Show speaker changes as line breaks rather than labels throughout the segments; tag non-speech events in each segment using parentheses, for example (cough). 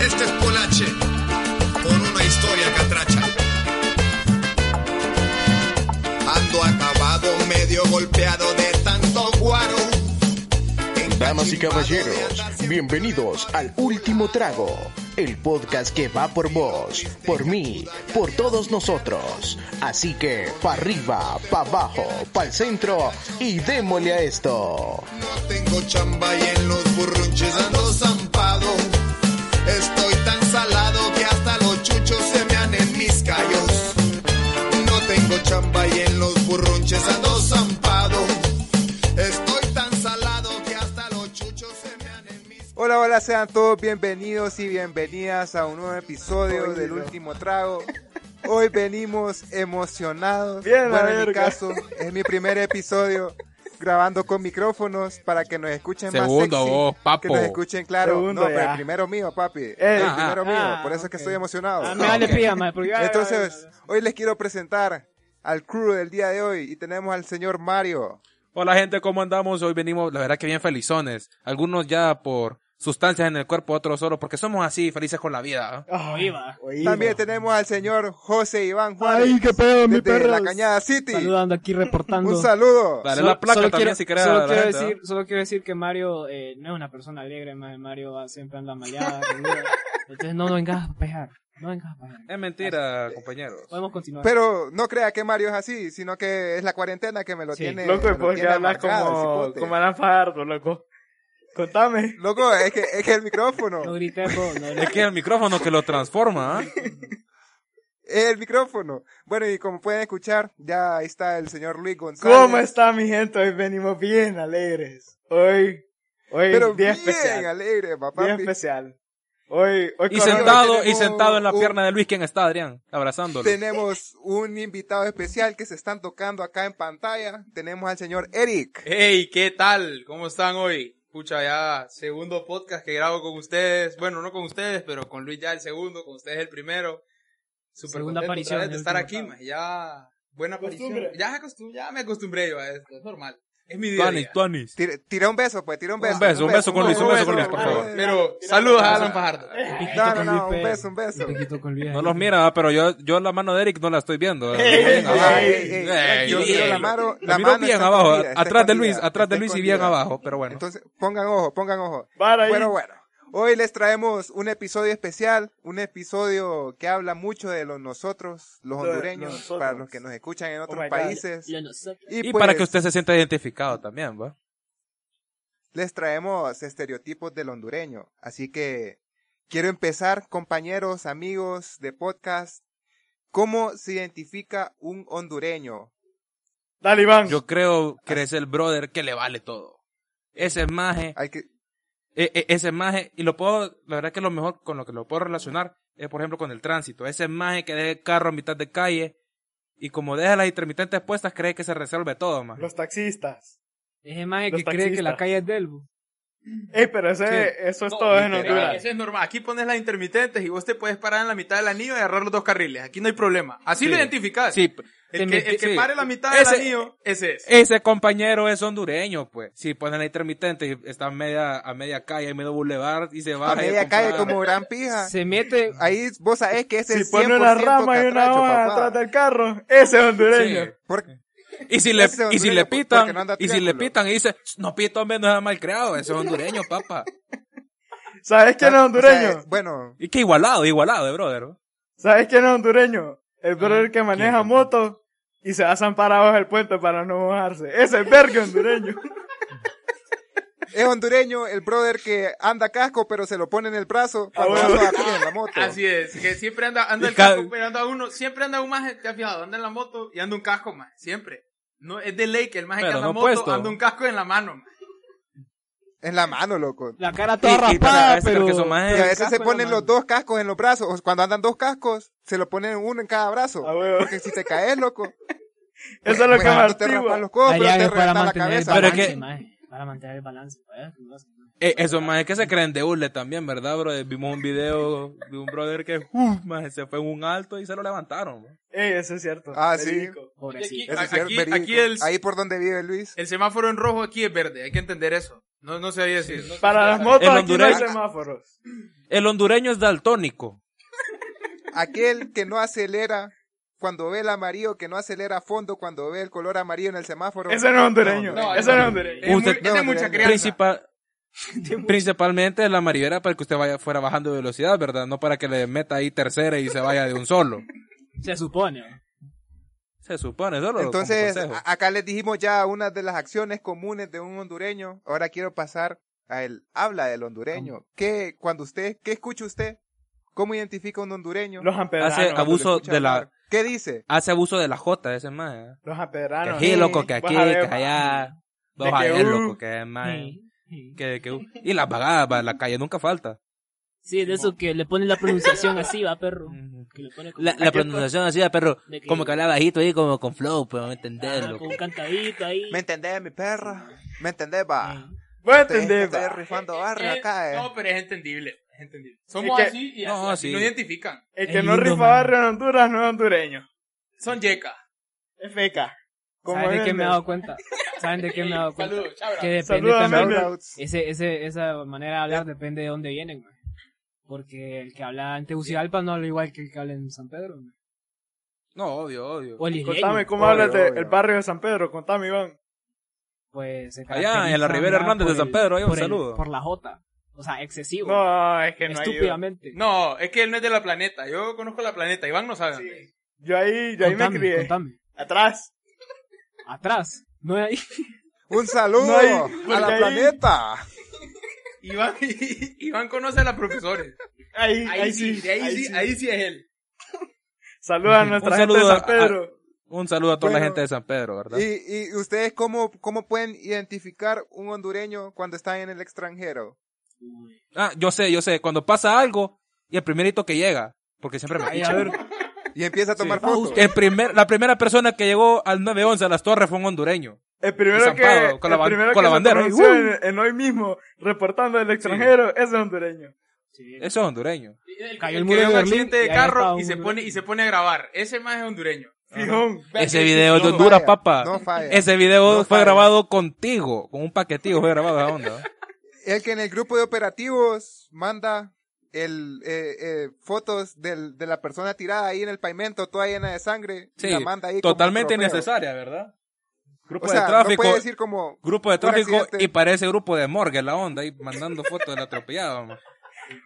Este
Damas y caballeros, bienvenidos al Último Trago, el podcast que va por vos, por mí, por todos nosotros. Así que, pa' arriba, pa' abajo, pa' el centro y démosle a esto.
No tengo chamba y en los burrunches ando zampado. Estoy tan salado que hasta los chuchos se me han en mis callos. No tengo chamba y en los burrunches ando zampado. Estoy tan salado que hasta los chuchos se me han en mis
Hola, hola, sean todos bienvenidos y bienvenidas a un nuevo episodio del Último Trago. Hoy venimos emocionados.
Bien,
bueno,
la
en mi
verga.
caso, es mi primer episodio grabando con micrófonos para que nos escuchen
Segundo,
más sexy,
vos, papo.
que nos escuchen claro.
Segundo,
no, pero
ya.
el primero mío, papi.
Eh,
el
ah,
primero
ah,
mío, por eso es que
ok.
estoy emocionado.
Ah, me vale
ok.
pija, mae, porque-
Entonces, hoy les quiero presentar al crew del día de hoy y tenemos al señor Mario.
Hola gente, ¿cómo andamos? Hoy venimos, la verdad que bien felizones. Algunos ya por sustancias en el cuerpo, otros solo porque somos así, felices con la vida. ¿eh?
Ah, iba.
También tenemos al señor José Iván Juárez.
Ay, qué pedo, mi
desde
perro.
la Cañada City.
Saludando aquí, reportando.
Un saludo.
Dale la placa también si querés. a
solo
la
quiero
gente, ¿eh?
decir, solo quiero decir que Mario eh, no es una persona alegre, mae, Mario va- siempre anda (laughs) maleada. reída. Entonces no, no vengas a pejar. No vengas a pejar.
Es mentira, compañeros.
Podemos continuar.
Pero no crea que Mario es así, sino que es la cuarentena que me lo
Sí.
tiene.
Loco,
me
¿y
lo
por qué
tiene
hablas
amargado, el
como,
cipote.
como Alan Fajardo, loco? Contame.
Loco, es que, es que el micrófono.
(laughs) no grité, po,
(laughs)
no
Es
grité.
que el micrófono que lo transforma. ¿eh?
es el micrófono. Bueno, y como pueden escuchar, ya ahí está el señor Luis González.
¿Cómo está mi gente? Hoy venimos bien alegres. Hoy, hoy
Pero
día
bien
especial.
alegre, papá.
Día especial. Hoy, hoy
Y
con-
sentado, y
tenemos
sentado en la
un-
pierna de Luis, ¿quién está, Adrián? Abrazándolo.
Tenemos un invitado especial que se están tocando acá en pantalla. Tenemos al señor Eric.
Hey, ¿qué tal? ¿Cómo están hoy? Pucha, ya segundo podcast que grabo con ustedes. Bueno, no con ustedes, pero con Luis ya el segundo, con ustedes el primero. Super
Segunda aparición
aparición
en
de
el
estar
último
aquí,
programa.
ma, ya buena aparición.
Costumbre.
Ya, se acostum- ya me acostumbré yo a esto, es normal. Es mi día. a
Tuanis,
día.
Tuanis.
Tira, tira un beso, pues, tira un beso.
beso, un beso con Luis, un beso con Luis, por favor.
Ah, Pero saludos a Alan Fajardo.
(laughs)
Piquito
No, no,
con
no,
Luis
un
Pérez.
beso, un beso.
Piquito con Luis
No
ahí.
los mira, ¿eh? pero yo, yo la mano de Eric no la estoy viendo.
Ey,
Ey,
ey,
ey,
Ey,
tranquilo,
ey,
pero
ey.
la mano,
La
la
miro
mano
bien
está
abajo,
escondida, está
atrás de Luis,
escondida,
atrás de
está
Luis y bien
escondida.
abajo, pero bueno.
Entonces, pongan ojo, pongan ojo.
Para ahí.
Bueno, bueno. Hoy les traemos un episodio especial, un episodio que habla mucho de los nosotros, los
Lo-
hondureños,
nosotros. Oh
para los que nos escuchan en otros
my God.
países.
Lo nosotros.
Y
pues,
para que usted se sienta identificado también, ¿va?
les traemos estereotipos del hondureño. Así que quiero empezar, compañeros, amigos de podcast. ¿Cómo se identifica un hondureño?
Dale, Iván.
Yo creo que es el brother que le vale todo. Ese maje,
Hay que,
eh, eh, ese maje, y lo puedo, la verdad que lo mejor con lo que lo puedo relacionar es, por ejemplo, con el tránsito. Ese maje que deja el carro a mitad de calle y como deja las intermitentes puestas, cree que se resuelve todo, maje.
Los taxistas.
Es el maje
Los
que cree que la
taxistas.
calle es del bu.
Ey, pero ese,
Sí.
eso es
No,
todo en
literal,
Honduras.
Eso es normal. Aquí pones las intermitentes y vos te puedes parar en la mitad del anillo y agarrar los dos carriles. Aquí no hay problema. Así lo
Sí.
identificas.
Sí,
El
te
que, el que
sí.
pare la mitad del
Ese-
anillo, ese es.
ese compañero es hondureño, pues. Si ponen la intermitente y está a media, a media calle, a medio boulevard y se va
a media calle como gran pija.
Se mete
Ahí vos sabés que es el
Si pone una
100%
rama y una
catracho,
hoja
papá.
atrás del carro, ese es hondureño.
Porque-
Y si le,
Ese
y si
hondureño, pues,
le
porque
pitan,
no anda
y si le
triángulo.
pitan y dice, no pito menos es mal creado, ese es hondureño, papá.
¿Sabes quién es
Ah, o sea,
hondureño?
bueno,
Y que igualado, igualado, eh, brother.
¿Sabes quién es hondureño? El
Ah,
brother que maneja
¿quién?
moto y se va a zampar abajo del puente para no mojarse. Ese es verga hondureño.
es hondureño el brother que anda casco pero se lo pone en el brazo cuando
Ah,
va
bueno.
a bajar en la moto.
Así es, que siempre anda, anda
Y
el
cada-
casco, pero anda uno, siempre anda un maje, te has fijado, anda en la moto y anda un casco más, siempre. No, es de ley que el maje que
Pero
anda
no
en moto
puesto.
anda un casco en la mano. maje.
En la mano, loco.
la cara
Y,
toda
y para
raspada,
agradecer
pero...
que son
Y
más-
a
el
veces
casco
se
en la
ponen
mano.
los dos cascos en los brazos. O Cuando andan dos cascos, se lo ponen uno en cada brazo.
A huevo.
Porque si te caes, loco.
Eso es lo que
bueno,
más
no te
antigua.
raspan los codos, pero
Allá
te
es para
reventan la
mantener el
cabeza.
Pero
balance,
es que-
maje, Para mantener el balance. pues, no sé.
Eh, esos más que se creen de hule también, ¿verdad, brother? Vimos un video de un brother que uf, maje, se fue en un alto y se lo levantaron. bro.
Ey, Eh, eso es cierto.
Ah, sí.
Verídico.
Pobrecito.
Ese
Aquí-
sí es
aquí
verídico.
el-
Ahí por donde vive Luis.
El semáforo en rojo aquí es verde, hay que entender eso. No, no sabía decir. no-
Para las motos
En
aquí no hay
Honduras-
semáforos.
El hondureño es daltónico.
Aquel que no acelera cuando ve el amarillo, que no acelera a fondo cuando ve el color amarillo en el semáforo.
Ese no es hondureño.
No,
ese no
no.
es hondureño.
Es,
Usted-
muy- es de
no,
mucha
no,
crianza.
Principal, Principalmente la marivera para que usted vaya fuera bajando de velocidad, ¿verdad? No para que le meta ahí tercera y se vaya de un solo.
Se supone.
Se supone, solo. como
Entonces,
consejo.
a- acá les dijimos ya una de las acciones comunes de un hondureño. Ahora quiero pasar a el habla del hondureño. ¿Qué, cuando usted, qué escucha usted? ¿Cómo identifica un hondureño?
Los ampedranos.
Hace
cuando
abuso
lo
Escucha
de
hablar.
la-
¿Qué dice?
Hace abuso de la jota ese maje. ¿eh?
escuchan. Los
Que
Ah,
ampedranos.
aquí, loco, que
Vas
aquí,
a ver,
que allá.
De
Vas a
que,
ver,
uh,
loco, que maje. Que, que, uh. y las vagadas, va, la calle nunca falta.
Sí, de eso que le ponen la pronunciación así, va, perro.
Mm.
Que le pone como-
La, la pronunciación así, ah, perro,
De que-
como que hablaba bajito ahí, como con flow, pues, ¿me
Ah,
entendés,
con
loco?
un cantadito ahí.
¿Me entendés, mi perra? ¿Me entendés,
Ah.
va?
Ah.
Voy a
Te dejas
entender,
estar
va.
rifando barrio
Eh,
acá, eh.
No, pero es entendible. Es entendible. Somos
que-
así y así,
No,
así
sí.
no identifican.
El
Es
que no
lindo,
rifa
man.
barrio en Honduras no es hondureño.
Son yecas.
Es feca. Como
¿Saben de qué me he
vende.
dado cuenta? ¿Saben de qué me he dado cuenta?
Saludos, chao,
pues, Que
bravo.
depende
Saludos,
también.
Mender.
Shoutouts.
Ese, ese, esa manera de hablar depende de dónde vienen, man. Porque el que habla en Tegucigalpa no habla igual que el que habla en San Pedro, man.
No, obvio, obvio.
O el isleño,
Contame cómo
Obvio,
hablas del
obvio.
barrio de San Pedro. Contame, Iván.
Pues se
Allá, en la
caracteriza,
Rivera
¿verdad?
Hernández de
por
San
el-
Pedro, ahí un
por el-
saludo.
Por la J. O sea, excesivo.
No, ah, es que no hay. Iván.
estúpidamente.
No, es que él no es de la planeta. Yo conozco la planeta. Iván no sabe. dónde es.
Yo ahí, yo ahí me
Contame,
crié.
contame.
Atrás.
Atrás. No hay ahí.
Un saludo
No hay-
a la
porque ahí-
planeta.
Iván, (laughs) Iván conoce a los profesores.
Ahí,
Ahí, sí, de ahí, sí, ahí sí es él.
Saluda a nuestra
Un
gente de
saludo
San
a-
Pedro.
Un saludo a toda la
Bueno.
gente de San Pedro, ¿verdad?
¿Y, y ustedes cómo, cómo pueden identificar un hondureño cuando están en el extranjero?
Ah, yo sé, yo sé. Cuando pasa algo, y el primerito que llega, porque siempre me
Ahí, a
pichan.
ver.
Y empieza a tomar
Ah,
fotos.
El primer, la primera persona que llegó al 911 a las torres fue un hondureño.
El primero
San
que,
Pablo, con la
el
ban-
primero
con
que
la
se
bandera,
pronunció
¡uh!
en, en hoy mismo, reportando del extranjero, es el hondureño.
Sí.
Eso es hondureño.
Cayó el
el que
muro
ve
de
un
Berlín
accidente de
y ahí
carro
estaba
y se,
un-
pone, y se pone a grabar. Ese más es hondureño.
Fijón.
Ese video es de
No
Honduras,
falla,
papá.
no falla.
Ese video
No
fue
falla.
grabado contigo, con un paquetico fue grabado esa onda.
El que en el grupo de operativos manda el, eh, eh, fotos del- de la persona tirada ahí en el pavimento, toda llena de sangre. y
Sí,
la manda ahí como
totalmente
trofeo.
innecesaria, ¿verdad? Grupo
O sea,
de tráfico,
no puede decir como...
grupo de
un
tráfico
accidente.
y parece grupo de morgue la onda, ahí mandando fotos del atropellado. man.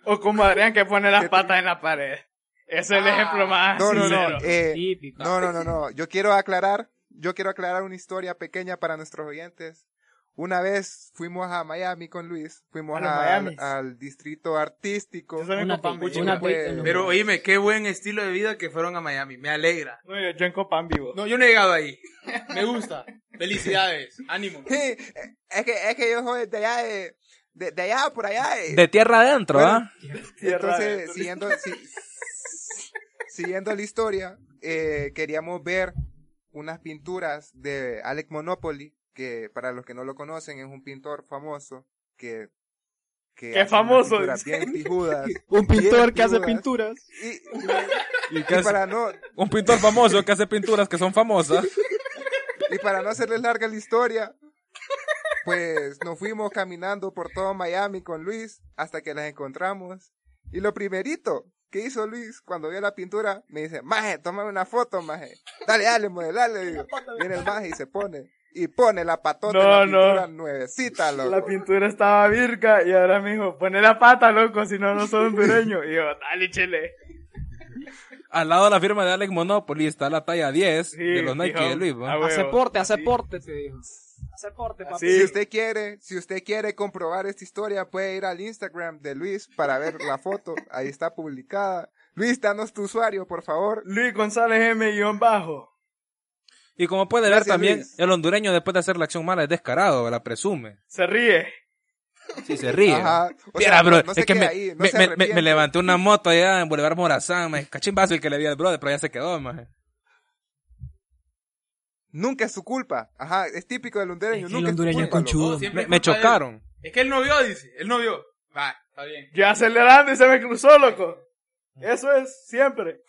O como Adrián que pone las patas en la pared. Ese es el ejemplo más
Ah, No, no,
sincero.
no. eh,
Típico.
no, no, no, no. Yo quiero aclarar, yo quiero aclarar una historia pequeña para nuestros oyentes. Una vez fuimos a Miami con Luis, fuimos
A los
al-
Miamis.
al distrito artístico.
Yo también
Una
Copán
picucha,
vivo.
una
pues,
picucha.
Pero oíme, qué buen estilo de vida que fueron a Miami. Me alegra.
No, yo, yo en Copán vivo.
No, yo no he llegado ahí. Me gusta. Felicidades. Ánimo.
Sí, es que, es que yo soy de allá, de, de- de allá, por allá. eh.
De tierra adentro,
Bueno,
¿ah?
Tierra
Entonces,
adentro.
siguiendo, si- siguiendo la historia, eh, queríamos ver unas pinturas de Alec Monopoly, que para los que no lo conocen es un pintor famoso que... Que
¡Qué
hace unas
famoso!
pinturas Bien
(laughs)
pijudas.
Un
pintor que hace
pinturas.
Y,
Y que
y
es
para no,
Un pintor famoso que hace pinturas que son famosas.
Y para no hacerles larga la historia, pues nos fuimos caminando por todo Miami con Luis hasta que las encontramos. Y lo primerito que hizo Luis cuando vio la pintura, me dice, Maje, tómame una foto, Maje. Dale, dale, modelale. Digo. Viene el Maje y se pone. Y pone la patota en la
No, no.
pintura nuevecita, loco.
La pintura estaba virga y ahora me dijo, pone la pata, loco, si no, no soy hondureño. Y yo, dale, chile.
Al lado de la firma de Alex Monopoly está la talla 10
Sí,
de los Nike
fijo.
de Luis. ¿no?
Ah, bueno.
Hace porte, hace porte, te dijo. Hace porte, papi.
Así.
Si usted quiere, si usted quiere comprobar esta historia, puede ir al Instagram de Luis para ver la foto. Ahí está publicada. Luis, danos tu usuario, por favor.
Luis González M guión bajo.
Y como puede ver
Gracias,
también,
Luis.
el hondureño después de hacer la acción mala es descarado, la presume.
Se ríe.
Sí, se ríe.
Ajá. O
Mira,
sea,
bro,
no se
es que
queda
me,
ahí, no
me-
se
me- me- me
arrepiente.
levanté una moto allá en Boulevard Morazán, me cachimbazo el que le di al brother, pero ya se quedó, maje.
Nunca es su culpa. Ajá, es típico del hondureño.
Es que el
nunca es
hondureño es
su culpa. loco.
conchudo.
No, siempre
Me, me
culpa de él.
chocaron.
Es que él no vio, dice. Él no vio. Va, está bien.
Yo acelerando y se me cruzó, loco. Eso es siempre.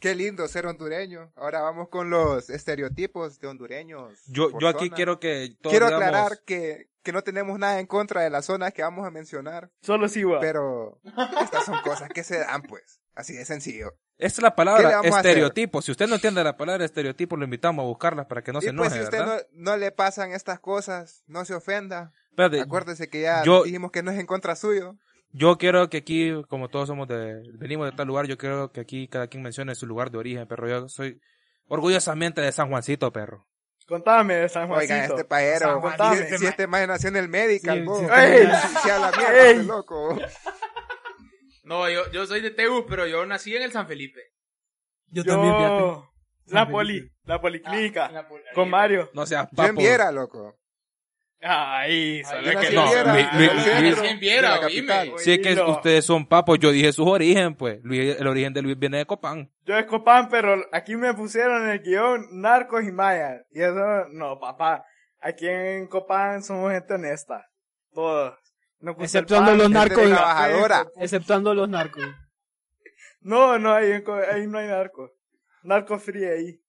Qué lindo ser hondureño. Ahora vamos con los estereotipos de hondureños.
Yo,
por
yo aquí
zona.
quiero que todos
Quiero
digamos-
aclarar que, que no tenemos nada en contra de las zonas que vamos a mencionar,
Ah.
Solo si va.
pero estas son cosas que se dan, pues. Así de sencillo.
Esa es la
¿Qué le
palabra
vamos a hacer?
estereotipo. Si usted no entiende la palabra estereotipo, lo invitamos a buscarla para que no se
y pues
enoje,
si usted
¿verdad?
no, no le pasan estas cosas, no se ofenda.
Espérate,
Acuérdese que ya
yo-
dijimos que no es en contra suyo.
yo quiero que aquí, como todos somos de, venimos de tal lugar, yo quiero que aquí cada quien mencione su lugar de origen, perro. Yo soy orgullosamente de San Juancito, perro.
Contame de San Juancito.
Oigan, este paero.
San Juan,
Si, si este maje nació en el medical,
Sí,
vos.
sí.
Ey.
Si- si a la mierda,
Ey.
este loco.
No, yo, yo soy de Teus, pero yo nací en el San Felipe.
Yo,
también, fíjate.
La
San
poli, la policlínica.
Ah, en la poli-
con Mario.
No seas papo.
Yo en Viera, loco.
Ay, solo
yo
es
nací
que
en
no.
Viera,
mi-
Ah,
mi-
no,
mi-
claro.
Nací en Viera,
de la
oíme.
capital.
Si es que
Oílo.
ustedes son papos, yo dije sus origen, pues. Luis- el origen de Luis viene de Copán.
Yo es Copán, pero aquí me pusieron en el guión narcos y mayas. Y eso, no, papá. Aquí en Copán somos gente honesta. Todos. Nos gusta el
Exceptuando
pan,
los
gente
narcos.
de
Trabajadora.
Exceptuando los narcos.
No, no, ahí, en Co- ahí no hay narcos. Narco free ahí.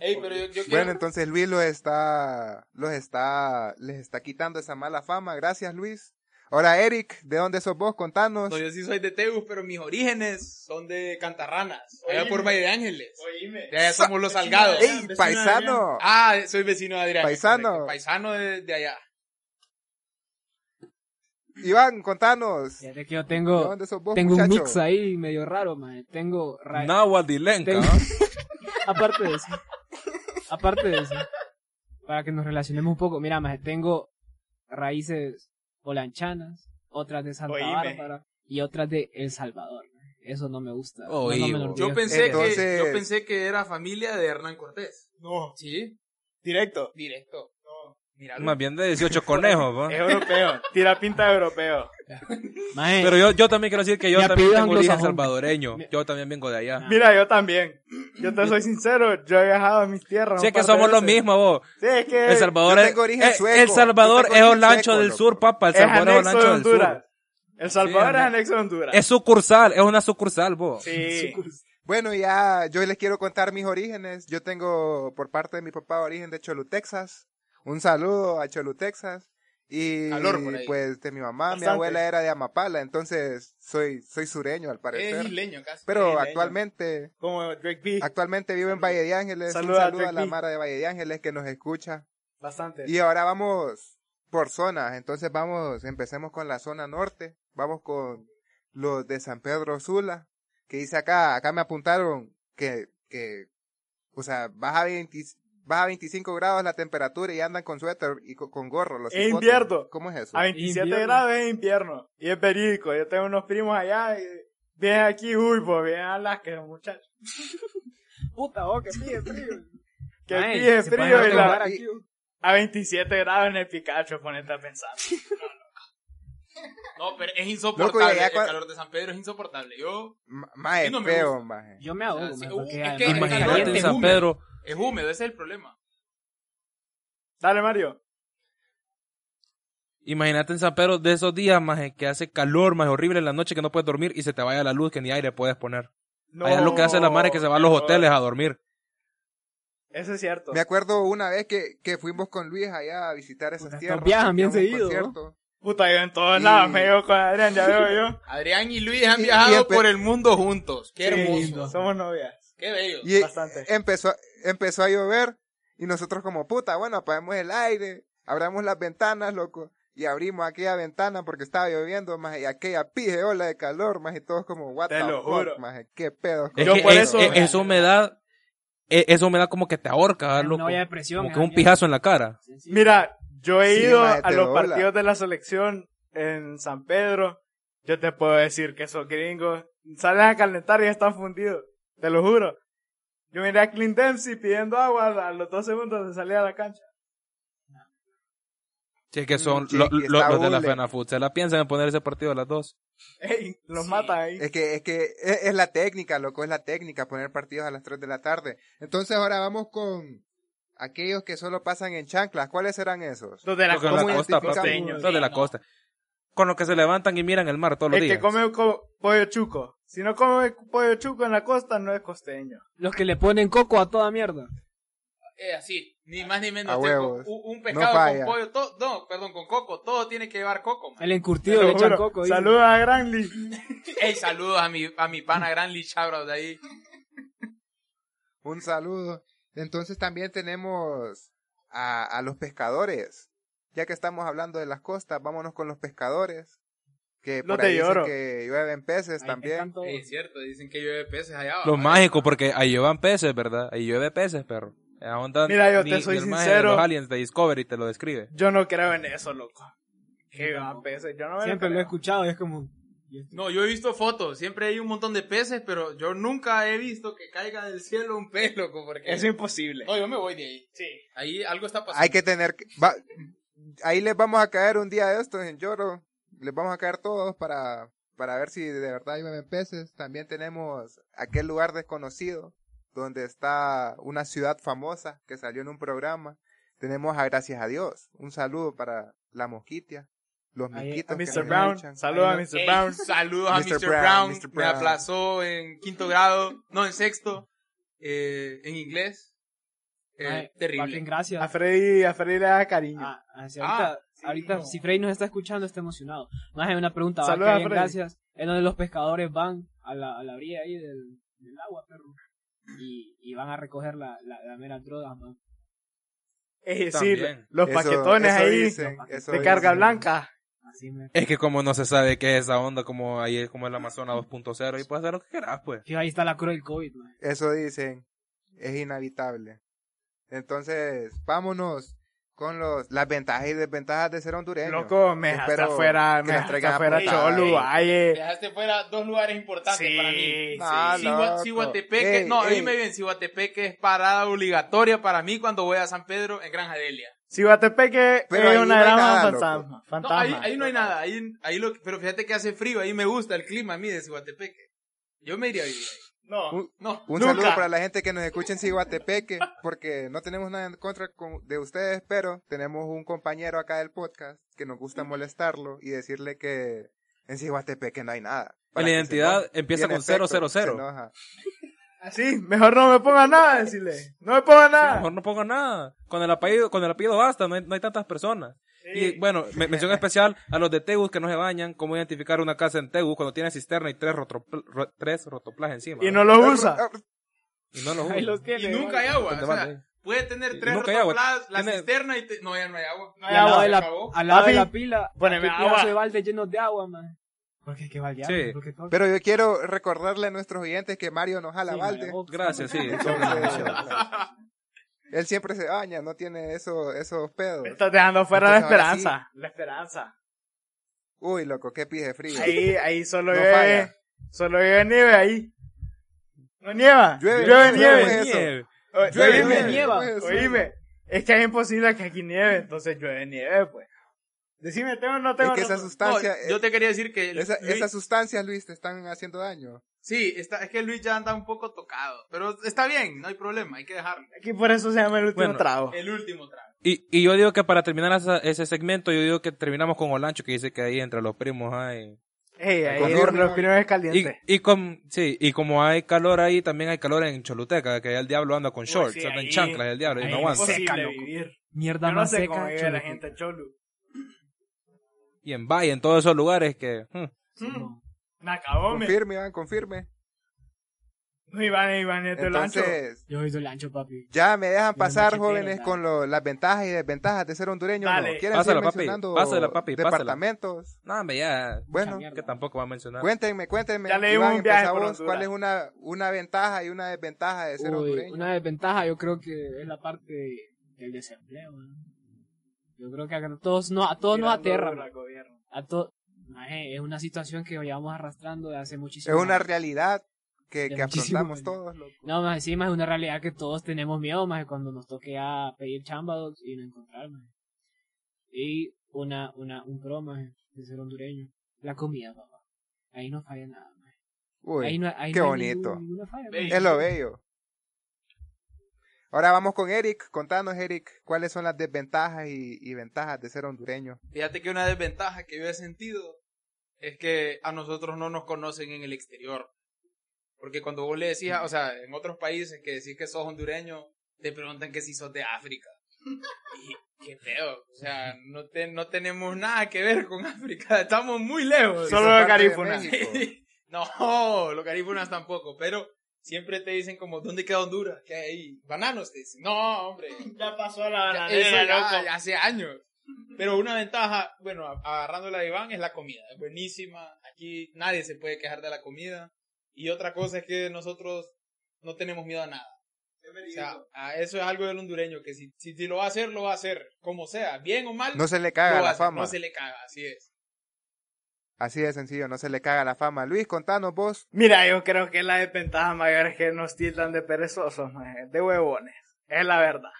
Ey, pero yo, yo quiero...
Bueno, entonces Luis los está, los está, les está quitando esa mala fama. Gracias, Luis. Ahora, Eric, ¿de dónde sos vos? Contanos.
No, yo sí soy de Teus, pero mis orígenes son de Cantarranas. Allá por Valle de Ángeles.
Oíme.
De allá somos los Salgados.
¡Ey, paisano!
Ah, soy vecino de Adrián.
Paisano.
correcto, Paisano de, de allá.
Iván, contanos. ¿De
Fíjate que yo tengo,
dónde sos vos,
tengo un
muchacho?
mix ahí medio raro, man. Tengo... ra-
Nahuadilenca.
Tengo- aparte de eso. Aparte de eso. Para que nos relacionemos un poco. Mira, más tengo raíces olanchanas, otras de Santa
Oíme.
Bárbara y otras de El Salvador. maje. Eso no me gusta. No, no me
Oíme.
lo
Yo
olvido.
pensé, que,
Entonces-
yo pensé que era familia de Hernán Cortés.
No,
Sí,
directo.
directo. Mira,
Más bien de 18 conejos,
Eh,
¿va?
Es europeo. Tira pinta de europeo.
Maje,
Pero yo, yo también quiero decir que yo
Mi
también
apellido
tengo origen
anglosajón.
salvadoreño. Yo también vengo de allá.
Mira, yo también. Yo te soy sincero, yo he viajado a mis tierras.
Si
un
es que
par de
somos lo
veces.
mismo, vos.
Sí, es que
El Salvador,
yo
es,
tengo origen
eh,
sueco.
el Salvador
Yo
es
tengo origen
Olancho
sueco,
del
loco.
Sur, papá. El
es
Salvador es
anexo de
Olancho del Sur.
Honduras. El Salvador es
ajá.
anexo de Honduras.
Es sucursal, es una sucursal, vos.
Sí.
Bueno, ya yo les quiero contar mis orígenes. Yo tengo por parte de mi papá origen de Cholu, Texas. Un saludo a Cholu, Texas. Y
Calor por ahí.
pues de mi mamá, mi
Bastante.
abuela era de Amapala, entonces soy soy sureño al
es
parecer.
isleño casi.
Pero
isleño.
actualmente
Como Drake B.
actualmente vivo en Valle de Ángeles.
Saluda
un
a
saludo a
Drake
la
Lee.
Mara de Valle de Ángeles que nos escucha.
Bastante.
Y ahora vamos por zonas, entonces vamos, empecemos con la zona norte, vamos con los de San Pedro Sula, que dice acá, acá me apuntaron que, que, o sea, baja 20, baja 25 grados la temperatura y andan con suéter y co- con, gorro los
Es
hipotes.
invierno.
¿Cómo es eso?
A 27
Invierno.
grados es invierno. Y es verídico. Yo tengo unos primos allá. Y vienen aquí, uy, pues vienen a las que muchachos.
Puta, oh, que pide (laughs) frío.
Que
Ay,
pide
se
frío
pueden
y la-
acabar aquí.
a 27 grados en el Pikachu, ponete a pensar.
No, pero es
Loco, y
insoportable.
allá
el
cua-
calor de San Pedro es insoportable. Yo,
Ma- Mae,
Sí, no me
feo, mae.
Yo me ahogo,
O sea,
maje,
sí, uh,
porque
es que
además-
imagínate
Imagínate en
es
San
húmedo.
Pedro.
es húmedo, ese es el problema.
Dale, Mario.
Imagínate en San Pedro de esos días, más que hace calor, más horrible en la noche que no puedes dormir y se te vaya la luz que ni aire puedes poner.
No,
Allá lo que hace la madre es que se va a los
no.
hoteles a dormir.
Eso es cierto.
Me acuerdo una vez que, que fuimos con Luis allá a visitar esas
Puta,
tierras.
estos viajan bien
íbamos a un
seguido,
concierto.
Puta, yo en todos
Y-
lados me llevo con Adrián, ya veo yo.
Adrián y Luis han
Y- y
viajado
empe-
por el mundo juntos. Qué
Sí,
hermoso.
Somos novias.
Qué bello.
Y
Bastante.
empezó, empezó a llover y nosotros como puta, bueno, apagamos el aire, abramos las ventanas, loco, y abrimos aquella ventana porque estaba lloviendo, más y aquella pije ola de calor, más y todos como, what
Te
the
lo
fuck,
juro.
maje, qué pedo.
Es
Yo
que
por
es-
eso-
es- esa humedad, es- esa humedad como que te ahorca,
Una
loco.
olla de presión.
Como que
ajá,
un pijazo en la cara.
mierda. Sí, sí.
Mira, yo he
Sí,
ido
madre,
a
te
los
dobla.
partidos de la selección en San Pedro. Yo te puedo decir que esos gringos salen a calentar y ya están fundidos. Te lo juro. Yo miré a Clint Dempsey pidiendo agua a los dos segundos de salir a la cancha.
Si es que son
Mm, sí,
lo-
aquí
lo-
está
los de la
Ule.
FENAFUT. Se la piensan en poner ese partido a las dos.
Ey, los matan ahí.
Es que, es que e, es, es la técnica, loco, es la técnica, poner partidos a las 3 de la tarde. Entonces ahora vamos con aquellos que solo pasan en chanclas, ¿cuáles serán esos?
Los de la
Los de
¿cómo
la
costa.
costa, papi.
costeños?
Los de la costa. Con los que se levantan y miran el mar todos los
El
días.
que come co- pollo chuco. Si no come pollo chuco en la costa, no es costeño.
Los que le ponen coco a toda mierda.
Eh, así, ni más ni menos.
A
tengo
huevos.
Un, un
No
pescado
falla.
con pollo, todo,
(laughs)
no, perdón, con coco, todo tiene que llevar coco. man.
El
Te
encurtido
lo
le echan
juro.
coco. dice.
Saluda a Granly.
Ey, saludos a mi, a mi pana gran Lee Chabra de ahí.
Un saludo. Entonces también tenemos a, a los pescadores. Ya que estamos hablando de las costas, vámonos con los pescadores. Que
No
por
te
ahí dicen
lloro.
que llueven peces también.
Sí, es cierto, dicen que llueve peces allá.
Lo
va.
mágico, porque ahí llevan peces, ¿verdad? Ahí llueve peces, perro. Esa onda
Mira, yo te
ni-
soy
ni el maje
sincero.
de Los aliens de Discovery te lo describe.
Yo no creo en eso, loco. Que van peces, yo no me
Siempre lo he
creo.
escuchado y es como... ¿y esto?
No, yo he visto fotos, siempre hay un montón de peces, pero yo nunca he visto que caiga del cielo un pez, loco, porque...
Es imposible.
No, yo me voy de ahí. Sí. Ahí algo está pasando.
Hay que tener... que- va- ahí les vamos a caer un día de estos en lloro. Les vamos a caer todos para, para ver si de verdad llueven peces. También tenemos aquel lugar desconocido donde está una ciudad famosa que salió en un programa. Tenemos a Gracias a Dios. Un saludo para la mosquitia. Los
Ahí-
A
mosquitos que
Mr.
nos escuchan.
Brown, saludos a
Ahí
Mr. Brown.
Saludos a
Mr.
Mr. Brown,
Brown, Mr.
Me
Brown.
aplazó en quinto grado, no, en sexto, eh, en inglés. Eh,
Ay, fucking
terrible.
gracias.
A Freddy, a Freddy le da cariño.
Ah, así
Ah,
ahorita,
sí,
ahorita
no.
si Frey nos está escuchando, está emocionado. Más hay una pregunta, va
Saluda,
que bien,
Frey.
gracias. Es donde los pescadores van a la, a la orilla ahí del, del agua, perro. Y, y van a recoger la, la, la mera droga, man.
es decir,
También.
los
Eso-
paquetones
eso
ahí
dicen, eso
de carga
dicen.
blanca.
Así me...
Es que como no se sabe qué es esa onda, como ahí es como el Amazonas 2.0 y puedes hacer lo que quieras, pues.
Fijo, ahí está la cruz del COVID, man.
Eso dicen, es inhabitable. Entonces, vámonos con los las ventajas y desventajas de ser hondureño.
Loco, me dejaste
Espero
afuera,
que
me
nos
dejaste
traigan
afuera
apuntadas.
Cholu, Valle.
Dejaste fuera dos lugares importantes
Sí,
para mí.
Ah,
sí.
Sigua-
loco.
Siguatepeque,
Ey,
no,
ey.
dime bien, Siguatepeque es parada obligatoria para mí cuando voy a San Pedro en Granja Delia.
Siguatepeque
Pero ahí
es
no
una
hay
gran
nada,
fantasma.
No,
fantasma.
ahí, ahí no hay nada, ahí, ahí lo, pero fíjate que hace frío, ahí me gusta el clima a mí de Siguatepeque. Yo me iría a vivir ahí.
No.
Un,
No,
un
Nunca.
saludo para la gente que nos escucha en Ciguatepeque, porque no tenemos nada en contra con- de ustedes, pero tenemos un compañero acá del podcast que nos gusta molestarlo y decirle que en Ciguatepeque no hay nada. Para que
La
se
identidad
enoje.
empieza
Y en
con
efecto,
000.
se enoja.
Así, mejor no me
(laughs)
ponga nada, decirle. No me ponga
Sí,
nada.
mejor no pongo nada. Con el apellido, con el apellido basta, no hay, no hay tantas personas. Y bueno, me-
(laughs)
mención especial a los de Tegus que no se bañan, cómo identificar una casa en Tegus cuando tiene cisterna y tres, rotopl- ro- tres rotoplas encima.
Y
¿verdad?
no los usa.
Y
(laughs)
no los usan.
y nunca hay agua.
Donde
O
van,
sea,
ahí.
puede tener
Y
tres
nunca hay agua.
rotoplas, la
Tiene-
cisterna y... te- No, ya no hay agua. No
Y al lado, de la,
acabó.
al lado de
Papi,
la pila,
poneme
hay un
agua.
pedazo de balde lleno de agua, man. Porque hay que baldear,
Sí.
man, porque todo-
Pero yo quiero recordarle a nuestros oyentes que Mario nos jala
Sí,
balde.
man,
Gracias,
(laughs)
sí.
Entonces, él siempre se baña, no tiene eso, esos pedos.
Me estás dejando fuera la
Entonces, ahora
esperanza. La esperanza.
Uy, loco, qué pije frío.
Ahí, ahí solo
No
llueve.
falla.
Solo llueve nieve ahí. No nieva.
Llueve,
Llueve,
llueve
nieve.
eso.
(laughs) Nieve.
O-
Llueve,
oíme,
llueve,
nieva.
llueve,
oíme. Es que es imposible que aquí nieve, entonces llueve nieve, pues. Decime, ¿tengo o no tengo?
Es que esa
no-
No,
sustancia, eh,
yo te quería decir que...
esa-
Luis-
esas sustancias, Luis, te están haciendo daño.
Sí, está, es que Luis ya anda un poco tocado, pero está bien, no hay problema, hay que dejarlo.
Aquí por eso se llama el último
Bueno. eh,
trago.
El último trago.
Y, y yo digo que para terminar esa- ese segmento, yo digo que terminamos con Olancho, que dice que ahí entre los primos hay...
Ey, ahí
Con
los
horno.
primeros
Y,
calientes.
y, com- sí, y como hay calor ahí, también hay calor en Choluteca, que ya el diablo anda con shorts,
sí,
anda en
ahí-
chanclas el diablo, y
Ahí
no
es
aguanta.
imposible
Seca, loco.
vivir.
Mierda
Yo no
más
sé
seca.
cómo vive la
cholo.
gente en cholo.
Y en Valle, en todos esos lugares que... hmm,
Sí, no.
Mm. Me acabó, me.
Confirme, Iván, confirme.
No, Iván, Iván, este lancho.
Entonces,
Yo soy Dolancho, papi.
ya me dejan
Yo
pasar,
no chipeo,
jóvenes,
dale.
con lo- las ventajas y desventajas de ser hondureño.
Dale.
¿No? ¿Quieren
Pásala,
seguir
papi.
mencionando
Pásala, papi, pásala.
departamentos?
No, hombre, ya...
Bueno,
mierda.
Que tampoco va a mencionar.
cuéntenme, cuéntenme.
Ya le dimos
Iván,
un viaje
empezá
por
vos.
Honduras.
¿Cuál es una, una ventaja y una desventaja de ser
Uy,
hondureño?
una desventaja yo creo que es la parte del desempleo. ¿no? Yo creo que a todos, no, a todos nos
Tirando
aterra.
duro
man.
al gobierno.
A to- Maje, es una situación que llevamos arrastrando de hace
Es
muchísimo
una
años.
realidad que,
De
que
muchísimo
afrontamos
año.
todos, loco.
No, más encima es una realidad que todos tenemos miedo, más cuando nos toque a pedir chamba dogs, y no encontrar, maje. Y una, una, un pro, maje, de ser hondureño. La comida, papá. Ahí no falla nada, maje.
Uy,
ahí no, ahí
qué
no hay
bonito.
ningún- ninguna falla,
Ve.
maje.
es lo bello. Ahora vamos con Eric. Contanos, Eric, cuáles son las desventajas y, y ventajas de ser hondureño.
Fíjate que una desventaja que yo he sentido es que a nosotros no nos conocen en el exterior. Porque cuando vos le decís, a- o sea, en otros países que decís que sos hondureño, te preguntan que si sos de
(laughs)
África. Y qué feo. O sea, no, te- no tenemos nada que ver con África. (laughs) Estamos muy lejos.
Son
Solo de
parte
Garífuna.
México.
(laughs) No, los garífunas tampoco, pero siempre te dicen como, ¿dónde queda Honduras? ¿Qué hay ahí? Bananos, te dicen. No, hombre.
Ya pasó la
Ya-
bananera,
eso ya-
"Ah,
loco.
ya hace años. Pero una ventaja, bueno, a- agarrando la de Iván, es la comida. Es buenísima. Aquí nadie se puede quejar de la comida. Y otra cosa es que nosotros no tenemos miedo a nada. O sea, a- eso es algo del hondureño, que si, si, si lo va a hacer, lo va a hacer, como sea, bien o mal.
No se le
lo
caga
va a
la
hacer,
fama.
No se le caga, así es.
Así de sencillo, no se le caga la fama. Luis, contanos vos.
Mira, yo creo que la desventaja mayor es que nos tildan de perezosos, maje, de huevones. Es la verdad.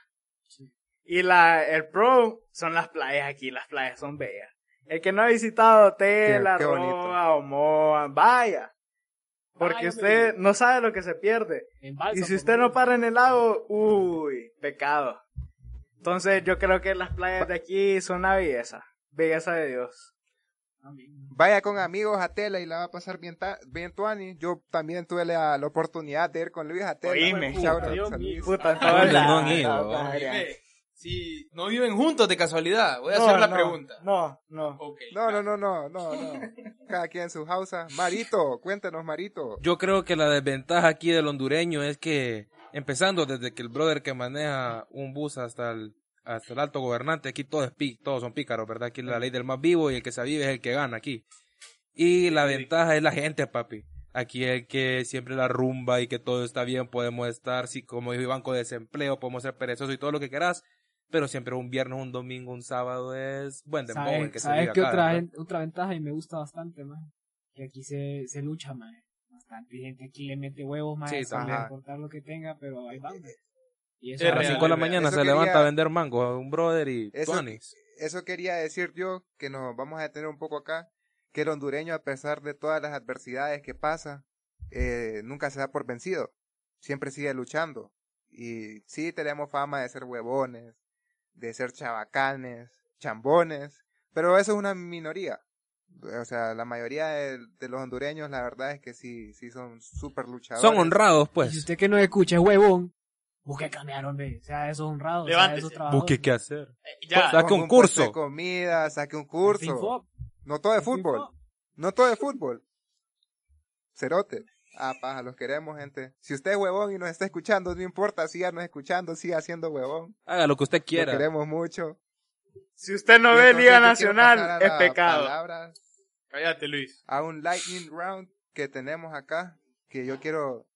Y la, el pro son las playas aquí, las playas son bellas. El que no ha visitado Tela,
qué bonito.
Roa o Moa, vaya. Porque
Vaya,
usted
hombre.
no sabe lo que se pierde.
En balsa,
Y si
por
usted no
favor.
para en el lago, uy, pecado. Entonces yo creo que las playas de aquí son una belleza. Belleza de Dios.
Amén.
Vaya con amigos a Tela y la va a pasar bien, ta- bien tuani. Yo también tuve la, la oportunidad de ir con Luis a Tela.
Oíme.
Shout out,
Dios
a Luis.
mío.
Puta,
Ah,
entonces-
no, no,
no,
no,
no,
Dime, si no viven juntos de casualidad, voy a
no,
hacer la
no,
pregunta.
No, no.
Ok.
No, no, no, no, no, no. Cada quien en su hausa. Marito, cuéntanos, Marito.
Yo creo que la desventaja aquí del hondureño es que, empezando desde que el brother que maneja un bus hasta el, hasta el alto gobernante, aquí todo es pi- todos son pícaros, ¿verdad? Aquí la ley del más vivo y el que se vive es el que gana aquí. Y la ventaja es la gente, papi. Aquí el que siempre la rumba y que todo está bien, podemos estar, si como dijo Iván, con desempleo, podemos ser perezosos y todo lo que querás, pero siempre un viernes, un domingo, un sábado es buen dembow el
¿Sabes,
que se
sabes
vive
qué
acá,
otra,
¿verdad?
gen- otra ventaja y me gusta bastante, man? Que aquí se, se lucha, man. Bastante gente aquí le mete huevos, man.
Sí,
para
también.
cortar lo que tenga, pero ahí van, man. Y eso
Es
A las
real,
5 de la
es real.
mañana
Eso
se levanta
quería-
a vender mango a un brother y
Eso-
tuanis.
Eso quería decir yo, que nos vamos a detener un poco acá, que el hondureño, a pesar de todas las adversidades que pasa, eh, nunca se da por vencido. Siempre sigue luchando. Y sí tenemos fama de ser huevones, de ser chabacanes, chambones, pero eso es una minoría. O sea, la mayoría de, de los hondureños, la verdad es que sí, sí son súper luchadores.
Son honrados,
Y si
pues.
usted que no escucha es huevón, busque cambiar, hombre. Sea eso honrado, sea
Levántese.
eso trabajador.
Busque qué hacer.
Ya,
Saque
Ponga
un
puesto de
curso.
comida, saque un
Sin
curso.
fop,
No todo de
sin
fútbol.
fop.
No todo es fútbol. Cerote. Ah, paja, los queremos, gente. Si usted es huevón y nos está escuchando, no importa, síganos escuchando, siga siendo huevón.
Haga lo que usted
Lo
quiera.
queremos mucho.
Pues, Si usted no
Y
ve
entonces yo
Liga
quiero
Nacional,
pasar a
es
la
pecado.
palabra
cállate, Luis.
a un lightning round que tenemos acá, que yo quiero,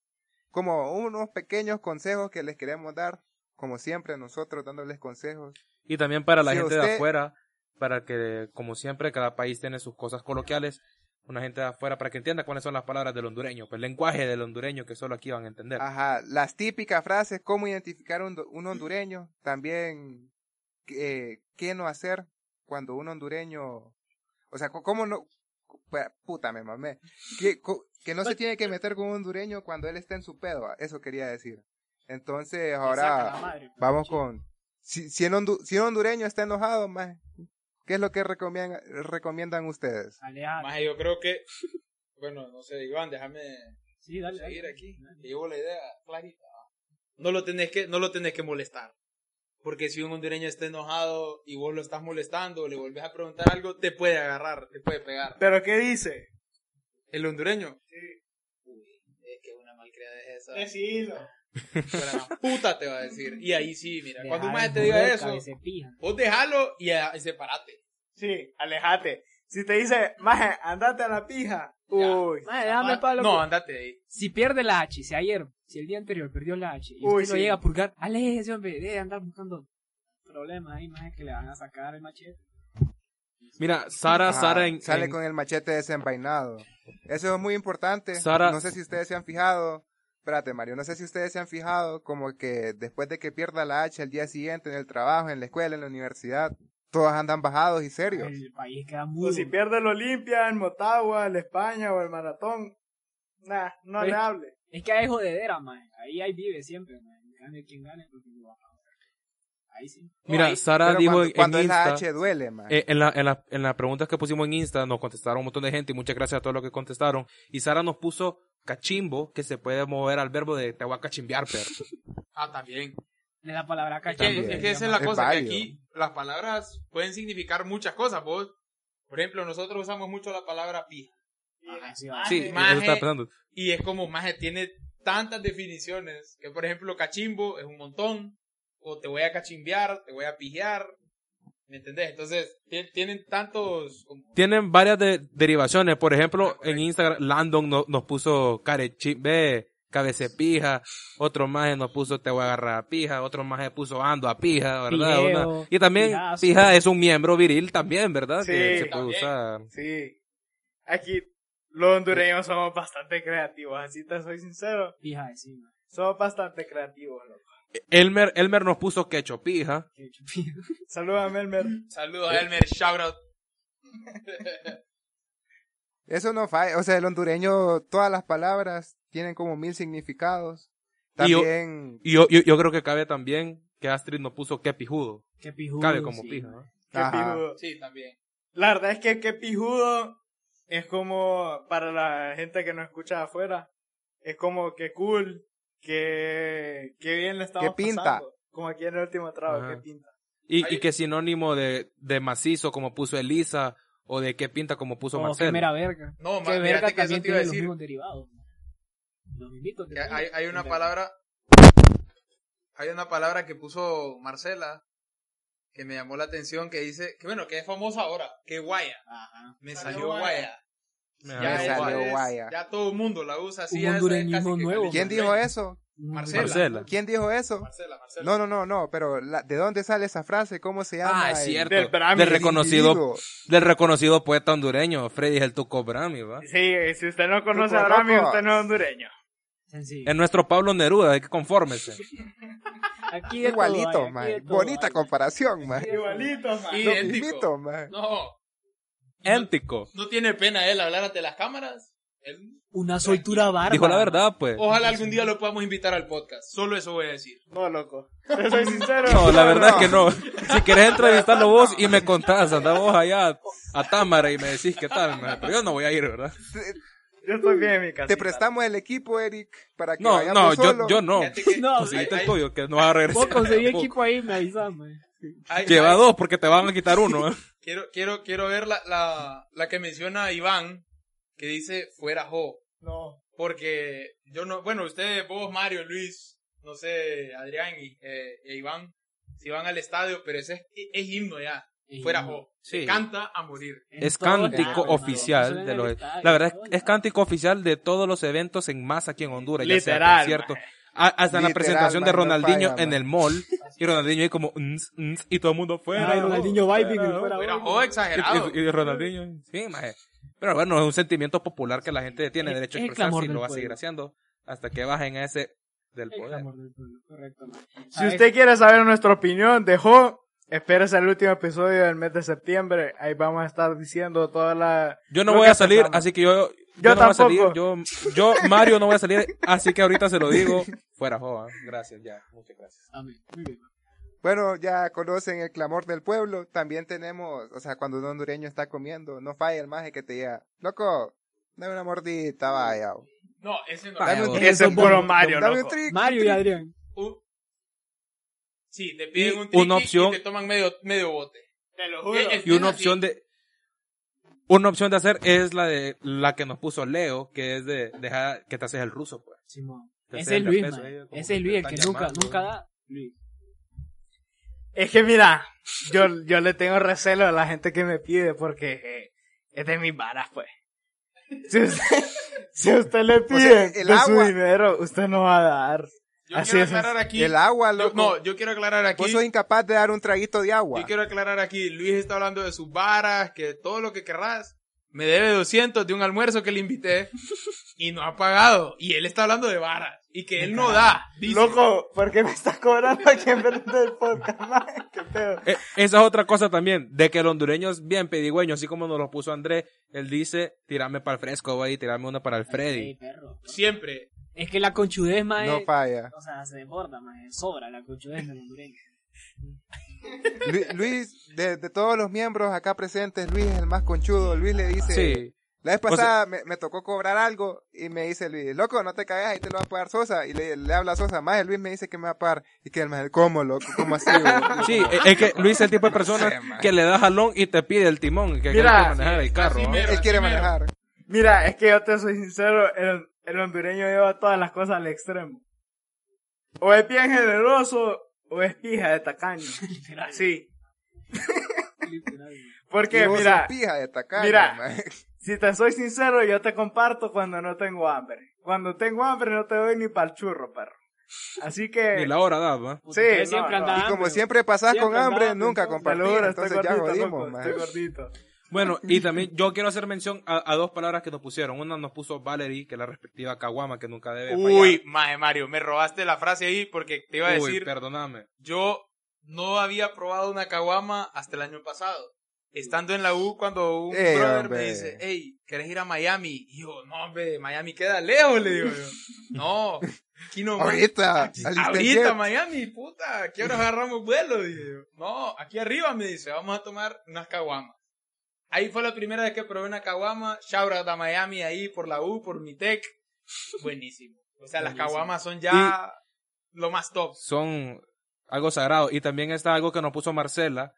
como unos pequeños consejos que les queremos dar, como siempre nosotros dándoles consejos.
Y también para la
Si
gente
usted-
de afuera, para que, como siempre, cada país tiene sus cosas coloquiales. Una gente de afuera para que entienda cuáles son las palabras del hondureño, pues el lenguaje del hondureño que solo aquí van a entender.
Ajá, las típicas frases, cómo identificar un, do- un hondureño, también eh, qué no hacer cuando un hondureño, o sea, co- cómo no, pa- puta me mamé, que, co- que no se tiene que meter con un hondureño cuando él está en su pedo, Ah, eso quería decir. Entonces
Saca la
ahora
madre, pues. pero
vamos
chido.
con, si, si un, hondu- si un hondureño está enojado, más, ¿qué es lo que recomiendan, recomiendan ustedes?
Alea-
Más yo creo que, (laughs) bueno, no sé, Iván, déjame
Sí, dale. dale.
seguir aquí. Te llevo la idea clarita. No lo tenés que, no lo tenés que molestar. Porque si un hondureño está enojado y vos lo estás molestando, le volvés a preguntar algo, te puede agarrar, te puede pegar.
¿Pero qué dice?
¿El hondureño? Uy, es que una malcriada es esa.
Decilo.
Fuera
(laughs)
la puta te va a decir. Y ahí sí, mira,
Dejar
cuando un
de
maestro te diga
joder,
eso,
cabeza de pija.
vos dejalo y, a- y separate.
Sí, alejate. Si te dice, maje, andate a la pija.
Ya.
Uy.
Maje, déjame palo.
No, andate de ahí.
Si pierde la H, si ayer, si el día anterior perdió la H y
Uy,
usted lo
sí.
llega a purgar, aléjese, hombre, de andar buscando problemas ahí, más que le van a sacar el machete.
Mira, Sara,
Ajá,
Sara en,
sale
en-
con el machete desenvainado. Eso es muy importante.
Sara-
No sé si ustedes se han fijado. Espérate, Mario, no sé si ustedes se han fijado como que después de que pierda la H el día siguiente en el trabajo, en la escuela, en la universidad, todos andan bajados y serios.
El país queda
Pues
muy.
O si pierde el Olimpia, el Motagua, el España o el Maratón. Nah, no
Ey.
le hable.
Es que hay jodedera, man. Ahí, ahí vive siempre, man. Gane quien gane, porque lo va a joder. Ahí sí.
mira,
ahí-
Sara
Pero
dijo
cuando,
en-
cuando
en
es la
Insta-
H duele, man.
Eh, en, la, en, la- en las preguntas que pusimos en Insta nos contestaron un montón de gente y muchas gracias a todos los que contestaron. Y Sara nos puso cachimbo, que se puede mover al verbo de te voy a cachimbear, perro.
Ah, también.
De la palabra
Es que,
cachando.
es que esa es la
Es
cosa,
válido.
que aquí las palabras pueden significar muchas cosas, vos. Por ejemplo, nosotros usamos mucho la palabra pija.
Ajá, sí,
Ah,
Sí,
sí.
eso
Maje.
estaba pensando.
Y es como, maje, tiene tantas definiciones. Que, por ejemplo, cachimbo es un montón. O te voy a cachimbear, te voy a pijear. ¿Me entendés? Entonces, ti- tienen tantos... como-
Tienen varias de- derivaciones. Por ejemplo,
correcto.
en Instagram, Landon no- nos puso carechimbe, cabecepija. Otro más nos puso te voy a agarrar a pija. Otro más puso ando a pija, ¿verdad?
Pijeo,
Una- Y también
pijazo.
pija es un miembro viril también, ¿verdad?
Sí,
que se puede
también.
usar.
Sí. Aquí los hondureños somos bastante creativos, así te soy sincero.
Pija encima.
Somos bastante creativos, loco.
Elmer, Elmer nos puso quecho pija.
Qué chupido.
Saluda a Melmer.
Saludos a Elmer, shout out.
Eso no falla. O sea, el hondureño, todas las palabras tienen como mil significados.
Y yo-
También.
Y yo, yo, yo creo que cabe también que Astrid nos puso que pijudo.
Qué pijudo.
Cabe como
sí,
pija.
man.
Qué
Ajá.
pijudo.
Sí, también.
La verdad es que qué pijudo es como para la gente que no escucha de afuera. Es como que cool, que, que bien le estamos
Qué pinta.
pasando. Como aquí en el último trago,
Ajá.
qué pinta.
Y,
Ahí-
y que sinónimo de, de macizo, como puso Elisa, o de que pinta, como puso
Como Oh, qué
Marcelo.
mera verga.
No, ma,
Qué verga
mírate que eso
también
te iba
tiene
a
los
decir.
mismos derivados. man. Los invito.
que hay, hay una palabra... Hay una palabra que puso Marcela que me llamó la atención que dice... Que bueno, que es famosa ahora. Que guaya.
Ajá.
Me salió guaya.
Me da
Ya,
Me
esa
igual.
salió
es-
guaya.
Ya todo el mundo la usa así.
Un
ya esa es
hondureñismo
casi que
nuevo.
¿Quién
caliente.
dijo eso?
Marcela.
Marcela.
¿Quién dijo eso?
Marcela, Marcela.
No, no, no, no, pero la- ¿de dónde sale esa frase? ¿Cómo se llama?
Ah, es
el-
cierto.
Del
Del,
Brahmi.
reconocido,
individuo?
del reconocido poeta hondureño, Freddy el Tuco Brami, ¿va?
Sí, eh, si usted no conoce
Tuco
a Rami,
Roco.
usted no es hondureño.
Sencillo.
Es nuestro Pablo Neruda, hay que conformarse.
Aquí de todo hay,
Igualito,
aquí
man.
de todo
Bonita
hay.
comparación, man.
Igualito, man.
Lo
Idéntico.
mismito, man.
No,
Éntico.
no tiene pena él hablar ante las cámaras. Él-
Una soltura bárbara.
Dijo la verdad, pues.
Ojalá algún día lo podamos invitar al podcast. Solo eso voy a decir.
No, loco. Te soy sincero.
No, la verdad es que no. Si querés entrevistarlo vos y me contás, andá vos allá a Támara y me decís qué tal, man. pero yo no voy a ir, ¿verdad?
Yo estoy bien en mi casa.
Te prestamos el equipo, Eric, para que
No, no,
vayamos
yo,
solo.
yo no.
Fíjate que
No,
Conseguiste
hay-
el
hay-
tuyo, que no vas a regresar.
Vos conseguí
Pues tampoco.
equipo ahí, me avisás, man.
hay-
Lleva
hay-
dos porque te van a quitar uno. ¿eh?
Quiero, quiero, quiero ver la, la, la que menciona Iván, que dice fuera Jo.
No.
Porque yo no, bueno, ustedes, vos, Mario, Luis, no sé, Adrián y eh, e Iván, si van al estadio, pero ese es, es himno ya. Fuera Jo.
Sí.
Se canta a morir.
En
Es
todos
cántico
lados, man. Eso
oficial
en
de
el
los.
estadio,
La
en
verdad es,
todos
es
lados.
cántico oficial de todos los eventos en masa aquí en Honduras. ya sea
Literal,
conciertos,
maje.
a- hasta en la
Literal,
presentación
maje,
de
no
Ronaldinho
falla,
en
maje.
el mall. Y Ronaldinho ahí como. "Ns, ns", y todo el mundo fuera.
Ay,
jo,
Ah, Ronaldinho vibing,
fuera, jo".
Ah,
fuera,
Fuera
jo.
Jo, exagerado.
Y, y- y Ronaldinho. Sí, maje. Pero bueno, es un sentimiento popular que la gente tiene
Es-
derecho a
es el
expresarse
clamor
y lo
del
va a seguir
pueblo.
haciendo hasta que bajen a ese del
El
poder.
clamor del pueblo, correcto, man.
Si
¿Sabes?
usted quiere saber nuestra opinión, dejó. Espérese el último episodio del mes de septiembre. Ahí vamos a estar diciendo toda la.
Yo no
lo
voy
que
a salir,
pensamos.
así que yo.
Yo
no voy a salir,
tampoco.
yo, yo, Mario, no voy a salir, así que ahorita se lo digo. Fuera, joa. Gracias, ya. Muchas gracias.
Amén. Muy bien.
Bueno, ya conocen el clamor del pueblo. También tenemos, o sea, cuando un hondureño está comiendo, no falla el maje que te diga, loco, dame una mordita, vaya.
No, ese no.
Vaya,
Dame un
vos.
tri-
Ese es puro Mario,
dame un
loco.
tri-
Mario y Adrián.
Un- Sí, te piden
Y
un triqui
una opción-
y te toman medio, medio bote.
Te lo
juro.
Y una opción de. Una opción de hacer es la de la que nos puso Leo, que es de dejar que te haces el ruso, pues.
Simón.
Te
Ese
hacen
es
de
Luis,
peso
man.
ahí, como
Ese
que
es
te
Luis, el
están
que nunca,
llamando.
nunca da. Luis.
Es que mira, yo, yo le tengo recelo a la gente que me pide porque eh, es de mis varas, pues. Si usted, (laughs) si usted le pide
sea, el
de su
agua.
dinero, usted no va a dar.
Yo
Así
quiero
es.
aclarar aquí.
El agua,
yo-
loco.
no, yo quiero aclarar aquí.
Vos sos incapaz de dar un traguito de agua.
Yo quiero aclarar aquí. Luis está hablando de sus varas, que todo lo que querrás. Me debe 200 de un almuerzo que le invité y no ha pagado. Y él está hablando de varas y que él no da. dice.
Loco, ¿por qué me estás cobrando aquí en vez del podcast? (laughs) man? ¿Qué pedo?
Eh, esa es otra cosa también, de que el hondureño es bien pedigüeño, así como nos lo puso Andrés. Él dice: tirame para el fresco, güey, tirame una para el
Ey,
Freddy.
perro.
Siempre.
Es que la conchudez, man.
No
es-
falla.
o sea, se desborda, man. Sobra la conchudez del hondureño.
Lu- Luis, de, de todos los miembros acá presentes, Luis es el más conchudo. Luis le dice,
Sí.
la vez
O sea-
pasada me, me tocó cobrar algo y me dice Luis, loco, no te cagas, ahí te lo va a pagar Sosa. Y le, le habla a Sosa, más el Luis me dice que me va a pagar. Y que el más, ¿cómo, loco? ¿Cómo así?
(laughs)
güey?"
Sí, eh, es que Luis es el tipo de persona que le da jalón y te pide el timón, que, que él
Mira,
quiere manejar el carro.
así
¿ah?
mero.
Él quiere
primero.
manejar.
Mira, es que yo te soy sincero, el, el hondureño lleva todas las cosas al extremo. O es bien generoso, o es pija
(laughs)
de tacaño.
(laughs) Literal,
Sí.
literal.
Porque,
Y vos
mira,
sos pija de tacaño,
mira.
mae. (laughs)
si te soy sincero, yo te comparto cuando no tengo hambre. Cuando tengo hambre no te doy ni pa'l churro, perro. Así
Ni
que,
la hora daba.
Puta,
Sí,
ustedes
no,
siempre
no.
andan
Y
Y como
hambre,
siempre pasás
Siempre
con hambre,
andás,
nunca
entonces,
te lo
compartís,
juro, estoy
entonces ya
gordito,
jodimos,
loco,
mae.
estoy gordito.
Bueno, y también yo quiero hacer mención a, a dos palabras que nos pusieron. Una nos puso Valerie, que es la respectiva Caguama, que nunca debe fallar.
Uy, maje Mario, me robaste la frase ahí porque te iba a
Uy,
decir,
perdóname.
yo no había probado una caguama hasta el año pasado. Estando en la U, cuando un
Ey,
brother
hombre.
me dice, hey, ¿querés ir a Miami? Y yo, no, hombre, Miami queda lejos, le digo yo. No, aquí no.
Ahorita,
aquí-
al
ahorita
instante.
Miami, puta, ¿a ¿qué hora agarramos vuelo? Dije yo. No, aquí arriba me dice, vamos a tomar unas caguamas. Ahí fue la primera vez que probé una caguama. Shout out a Miami ahí por la U, por mi tech. Buenísimo. O sea, las caguamas son ya lo más top.
Son algo sagrado. Y también está algo que nos puso Marcela,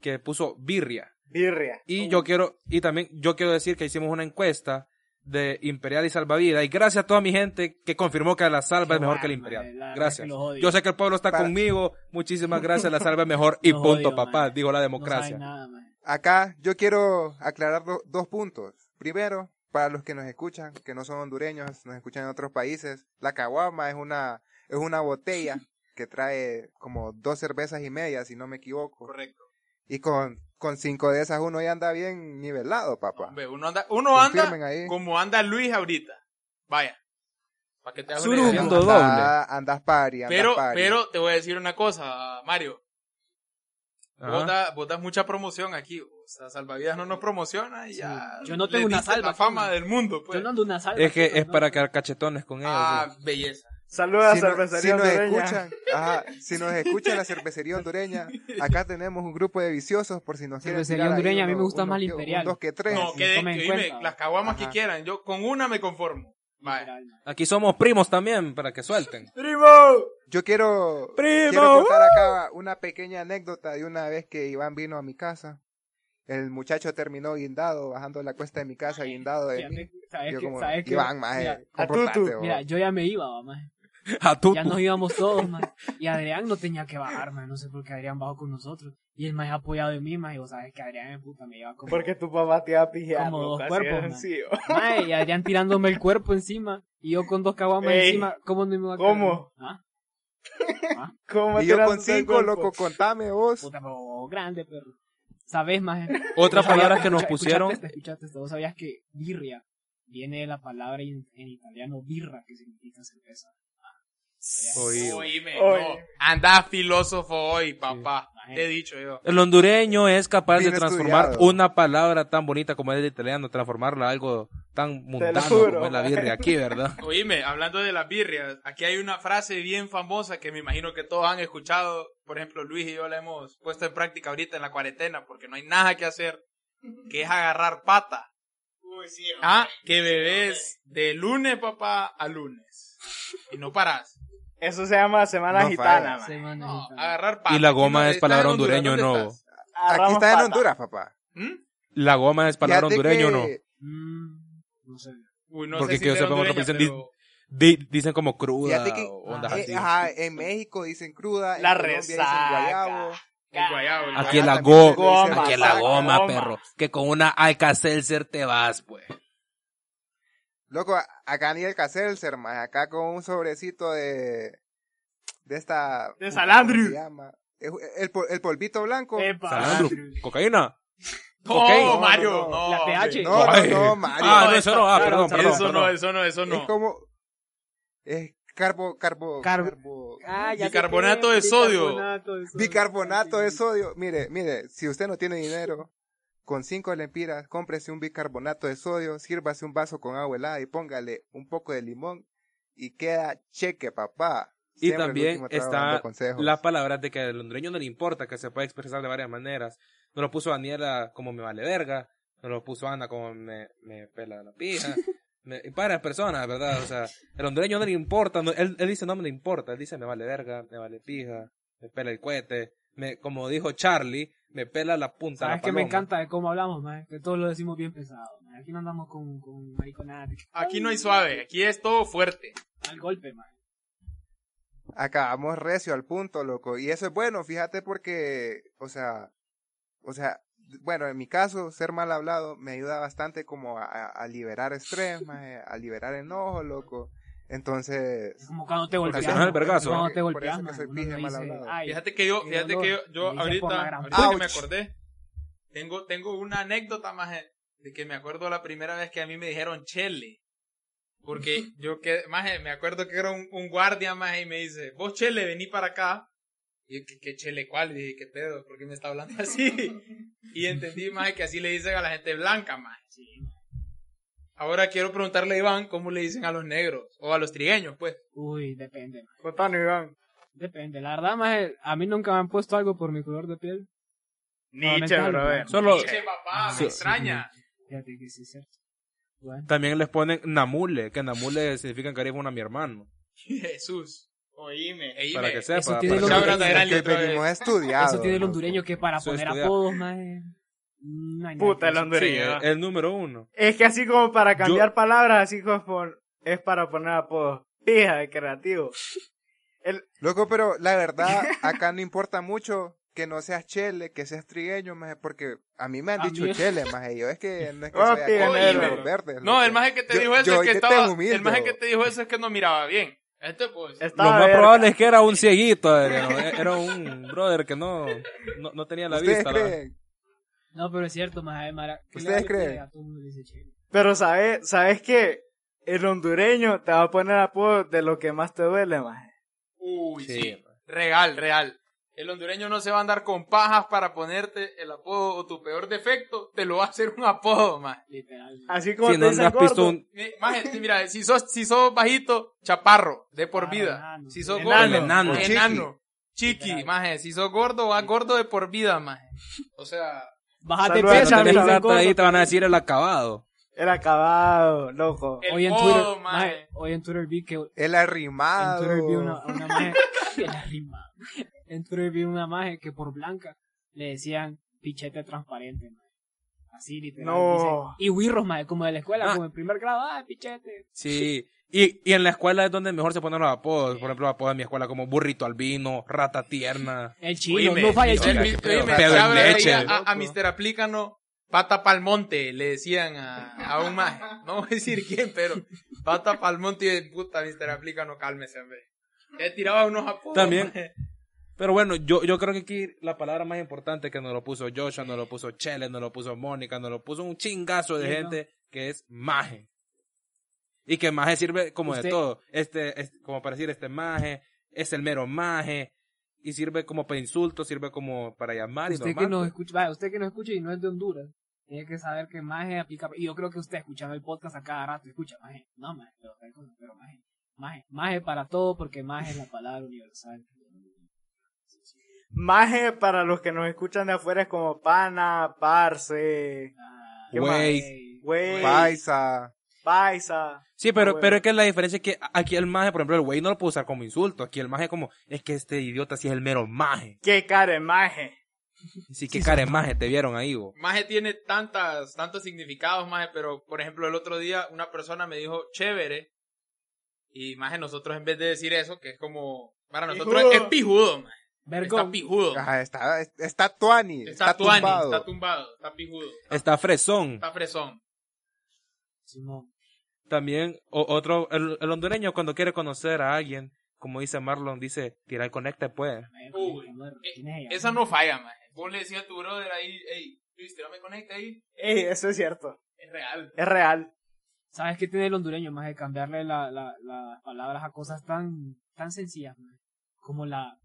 que puso birria.
Birria.
Oh.
Y yo quiero, y también yo quiero decir que hicimos una encuesta de Imperial y Salvavidas. Y gracias a toda mi gente que confirmó que la salva es mejor que la
guay,
Imperial.
madre, la verdad es
gracias.
que los odio.
Yo sé que el pueblo está
Para-
conmigo.
(laughs)
Muchísimas gracias. La salva es mejor y
Los
punto,
odio,
papá.
madre.
Dijo la
no saben
democracia.
nada, maje.
Acá yo quiero aclarar do- dos puntos. Primero, para los que nos escuchan, que no son hondureños, nos escuchan en otros países, la caguama es una, es una
(laughs)
botella que trae como dos cervezas y media, si no me equivoco.
Correcto.
Y con, con cinco de esas uno ya anda bien nivelado, papá.
Hombre, uno anda, uno anda
Confirmen ahí.
como anda Luis ahorita. Vaya. Para que te hagas una
Zurumbo.
idea.
Ando
Andá- Andas pari, andas
Pero,
pari.
pero te voy a decir una cosa, Mario. Vos,
Ajá.
da- vos das mucha promoción aquí. O sea, Salvavidas no nos promociona y ya.
Yo no tengo
le
una
diste
salva
La
aquí,
fama
man.
del mundo, pues.
Yo no ando una salva.
Es que
puta,
es
no.
para quedar cachetones con ellos.
Ah, belleza.
Saludos
si,
a
no-
cervecería
si nos
hondureña.
escuchan, ajá, si
(laughs)
nos escucha la cervecería hondureña, acá tenemos un grupo de viciosos por si nos quieren
Cervecería
tirar ahí
hondureña, a mí me
uno-
gusta
uno
más la
que- un
Imperial.
dos que tres.
No,
sí,
que, que
tomen Pues, en
dime,
cuenta.
las caguamas que
Ajá.
quieran. Yo con una me conformo. Vaya.
Literal, maje.
Aquí somos primos también, para que suelten.
¡Primo!
Yo quiero,
¡Primo!
quiero contar acá
uh.
una pequeña anécdota de una vez que Iván vino a mi casa. El muchacho terminó guindado, bajando la cuesta de mi casa, guindado de mí.
Fíjate, sabes
Yo
que-
como,
sabes que-
Iván, maje,
mira,
comportate,
Tutu,
vos".
Mira, yo ya me iba, va, maje.
(laughs) A tú.
Ya nos íbamos todos, maje. Y Adrián no tenía que bajar, maje. No sé por qué Adrián bajó con nosotros. Y el más apoyado de mí, maje. Y vos sabes que Adrián es puta, me lleva como...
Porque tu papá te iba a pijear.
Como
loco,
dos
así
cuerpos,
de
man.
sencillo.
Maje, y Adrián tirándome el cuerpo encima. Y yo con dos caguamas
Ey,
encima. ¿Cómo no me iba a caer?
¿cómo?
¿Ah?
¿Cómo
Y yo
tiras
con
el
cinco,
cuerpo?
loco, contame vos.
Puta, pero vos grande, perro. ¿Sabes, maje?
Otras
Vos sabías-
palabras (laughs) que nos
escucha-
pusieron.
Escuchaste, escuchaste esto. Vos sabías que birria viene de la palabra en, en italiano birra, que significa cerveza. Ah,
Oí, güey.
Oíme,
Oye.
no. Andás filósofo hoy, papá.
Sí.
Te he dicho yo.
El hondureño es capaz de
Bien
transformar
estudiado.
una palabra tan bonita como es el italiano, transformarla a algo tan mundano
juro,
como es
(laughs)
la birria aquí, ¿verdad?
Oíme, hablando de las birrias, aquí hay una frase bien famosa que me imagino que todos han escuchado. Por ejemplo, Luis y yo la hemos puesto en práctica ahorita en la cuarentena porque no hay nada que hacer, que es agarrar pata. ah, que bebés de lunes, papá, a lunes. Y no paras.
Eso se llama Semana
No
Gitana, man.
Semana
No,
gitana.
agarrar pata.
Y la
Aquí
goma
no-
es
¿estás
palabra
en Honduras?
hondureño,
¿Dónde
no.
estás?
Aquí
Agarramos
está en
pata.
Honduras, papá.
¿Mm?
La goma es palabra
Fíjate
hondureño,
que-
¿no?
Mm, no sé.
Uy, no
Porque
sé si
que yo
será
sepa, cuando
hondureña,
piensan
pero-
Di- dicen como cruda
Fíjate que-
o ondas
Ah,
eh,
así.
ajá, en México dicen cruda,
La
en Colombia dicen
resaca.
guayabo.
El guayabo, el
Aquí
Ah,
es la
también se
go,
le dice
aquí es la
resaca.
goma,
goma.
perro. Que con una Alka-Seltzer te vas, pues.
Loco, a- acá ni el Caselser, más acá con un sobrecito de. de esta.
De
puta,
Salandru.
¿cómo se llama? Es- El, pol- el polvito blanco.
Epa.
Salandro, ¿Cocaína?
No,
Ok.
no,
Mario,
no.
no,
La
hombre.
PH.
No, no,
Ay.
no, Mario.
Ah, no, eso no. Ah, perdón, perdón.
eso no,
perdón.
eso no, eso no.
Es como. Es carbo. carbo,
Carbo-
carbo-
Ah, ya sé
Bicarbonato
qué,
de sodio.
bicarbonato de sodio.
bicarbonato de sodio. Mire, mire, si usted no tiene dinero. Con cinco lempiras, cómprese un bicarbonato de sodio, sírvase un vaso con agua helada y póngale un poco de limón y queda cheque, papá.
Y
Siempre el
también
último trago
está
dando consejos.
la palabra de que al hondureño no le importa, que se puede expresar de varias maneras. Nos lo puso Daniela como me vale verga, nos lo puso Ana como me, me pela la pija.
(laughs)
me- y varias personas, ¿verdad? O sea, el hondureño no le importa, no- él, él dice no me le importa, él dice me vale verga, me vale pija, me pela el cohete, me, como dijo Charlie, me pela la punta.
Sabes
La
que me
paloma.
encanta de cómo hablamos, maje, que todos lo decimos bien pesado. maje. Aquí no andamos con, con mariconadas. de que,
Aquí no hay suave, aquí es todo fuerte.
Al golpe, maje.
acabamos recio al punto, loco. Y eso es bueno, fíjate, porque, o sea, o sea, bueno, en mi caso, ser mal hablado me ayuda bastante como a, a- a liberar (laughs) estrés, maje, a liberar enojo, loco.
Es
Entonces,
como cuando te
Porque
golpeas.
si no es el vergazo.
Cuando te
Por
golpeas,
eso que
maje,
soy
uno no
pije mal
dice,
hablado.
"Ay,
Fíjate que yo,
qué
fíjate que yo,
dolor". Y
yo
dice, "Por la
ahorita,
gran
ahorita que me
Ouch.
acordé, tengo, tengo una anécdota más de que me acuerdo la primera vez que a mí me dijeron Chele.
(laughs)
Porque yo que, más me acuerdo que era un, un guardia más y me dice, vos Chele, vení para acá. Y yo, ¿qué, qué Chele cuál? Y dije, ¿qué pedo? ¿Por qué me está hablando así? (laughs) Y entendí más que así le dicen a la gente blanca más. Ahora quiero preguntarle a Iván cómo le dicen a los negros o a los trigueños, pues.
Uy, depende, maje.
Contano, Iván.
Depende. La verdad, maje, a mí nunca me han puesto algo por mi color de piel.
Nietzsche,
Lamentable,
brother.
Solo
Che, papá, me
Sí.
extraña.
Fíjate que sí es cierto. Bueno,
también les ponen Namule, que Namule significa en carífono a mi hermano.
Jesús. Oíme.
Para que sepa.
Eso
para
tiene
que
lo
sepa.
que-
Sabrán, era el
que
otra vez.
venimos estudiados.
eso tiene el
loco.
hondureño que para
Eso
poner
estudia-
apodos, maje. No hay nada
Puta,
que
el
hacer.
Sí, eh,
hondureño.
el número uno.
Es que así como para cambiar palabras, así como por- es para poner apodos. Pija de creativo.
Loco, pero la verdad, acá no importa mucho que no seas chele, que seas trigueño, maje, porque a mí me han
A
dicho
mí- (laughs)
chele, maje, yo es que no es que
Ah,
soy acá de
pionero.
los verdes.
No,
loco.
el maje que te
Yo-
dijo eso
yo
es que
hoy te
estaba.
humildo.
El maje que te dijo eso es que no miraba bien. Este pues.
Lo
Está
más
verga.
probable es que era un cieguito, era, era un brother que no, no, no tenía la
¿Ustedes
vista. la-
creen?
No, pero es cierto, maje, Mara. ¿Qué le
¿Ustedes
hago que
creen?
a todo el mundo le dice chile?
Pero sabes, sabes que el hondureño te va a poner apodo de lo que más te duele, maje.
Uy, sí.
Sí.
Real, real. El hondureño no se va a andar con pajas para ponerte el apodo o tu peor defecto, te lo va a hacer un apodo, más.
Literal.
Ah,
maje.
Así como
Si
te
no,
dicen
no has
gordo,
visto un
Maje, sí, mira, si sos, si sos bajito, chaparro, de por
Chaparro,
vida.
Ah, enano.
Si sos
Enano.
gordo,
Enano.
enano, chiqui,
Literal.
maje. Si sos gordo, vas gordo de por vida, maje. O sea,
Bájate
Saluda,
Cuando
pesa, me
tenés
dicen
plata ahí
gordo.
te van a decir el acabado.
el acabado, loco.
el oh,
Hoy en
modo,
Twitter,
maje.
maje, hoy en Twitter vi que
El
En
arrimado.
Twitter vi una, una maje. el arrimado. En Twitter vi una maje que por blanca le decían pichete transparente, maje. Así literal.
No.
dicen. y wirros, maje, como de la escuela,
Ah.
como en primer grado, ah, pichete.
Sí. Y, y en la escuela es donde mejor se ponen los apodos. Por ejemplo, apodos en mi escuela como burrito albino, rata tierna.
El chino,
Oíme,
no falla el
oíme,
chino.
oíme,
Pero
oíme,
pedo en
Chabra
leche.
veía A, a Mr. Aplícano, pata palmonte, le decían a, a un maje. No voy a decir quién, pero pata palmonte y de puta, Mr. Aplícano, cálmese, hombre. Le tiraba unos apodos.
También.
maje.
Pero bueno, yo, yo creo que aquí la palabra más importante que nos lo puso Joshua, nos lo puso Chele, nos lo puso Mónica, nos lo puso un chingazo de
Sí, ¿no?
gente que es maje. Y que maje sirve como de
Usted-
todo. Este, es- como para decir este maje, es el mero maje. Y sirve como para insulto, sirve como para llamar y pues.
Usted
normal.
que nos escucha, vaya, usted que nos escucha y no es de Honduras, tiene que saber que maje aplica. Y yo creo que usted escuchando el podcast a cada rato, escucha maje, no maje, pero tal cosa, pero maje, maje, maje para todo porque maje es la palabra universal.
Maje para los que nos escuchan de afuera es como pana, parce,
Ah,
¿Qué
Güey.
maje.
Pues,
güey,
Paisa.
paisa.
Sí, pero,
Ah, bueno.
pero es que la diferencia es que aquí el maje, por ejemplo, el güey no lo puede usar como insulto. Aquí el maje como, es que este idiota sí es el mero maje.
Qué care, maje.
Sí, que cara de maje te vieron ahí, vos.
Maje tiene tantas, tantos significados, maje, pero por ejemplo, el otro día una persona me dijo chévere. Y maje, nosotros en vez de decir eso, que es como. Para nosotros
Pijudo.
es pijudo, maje. Está
Vergón.
pijudo. maje.
Ajá, está, está tuani.
Está,
Está,
tuani,
tumbado.
está tumbado, está pijudo,
Está fresón.
está fresón.
Simón.
También, o- otro, el, el hondureño cuando quiere conocer a alguien, como dice Marlon, dice, tira el conecte, pues.
Maje,
Uy,
coño, amor,
eh,
¿quién es ella?
Esa no falla, man. Vos le decías a tu brother ahí, hey, Luis, tirame conecta ahí.
Ey, eso es cierto.
Es real.
Es real.
¿Sabes qué tiene el hondureño más de cambiarle la- la- las palabras a cosas tan, tan sencillas, maje? Como la,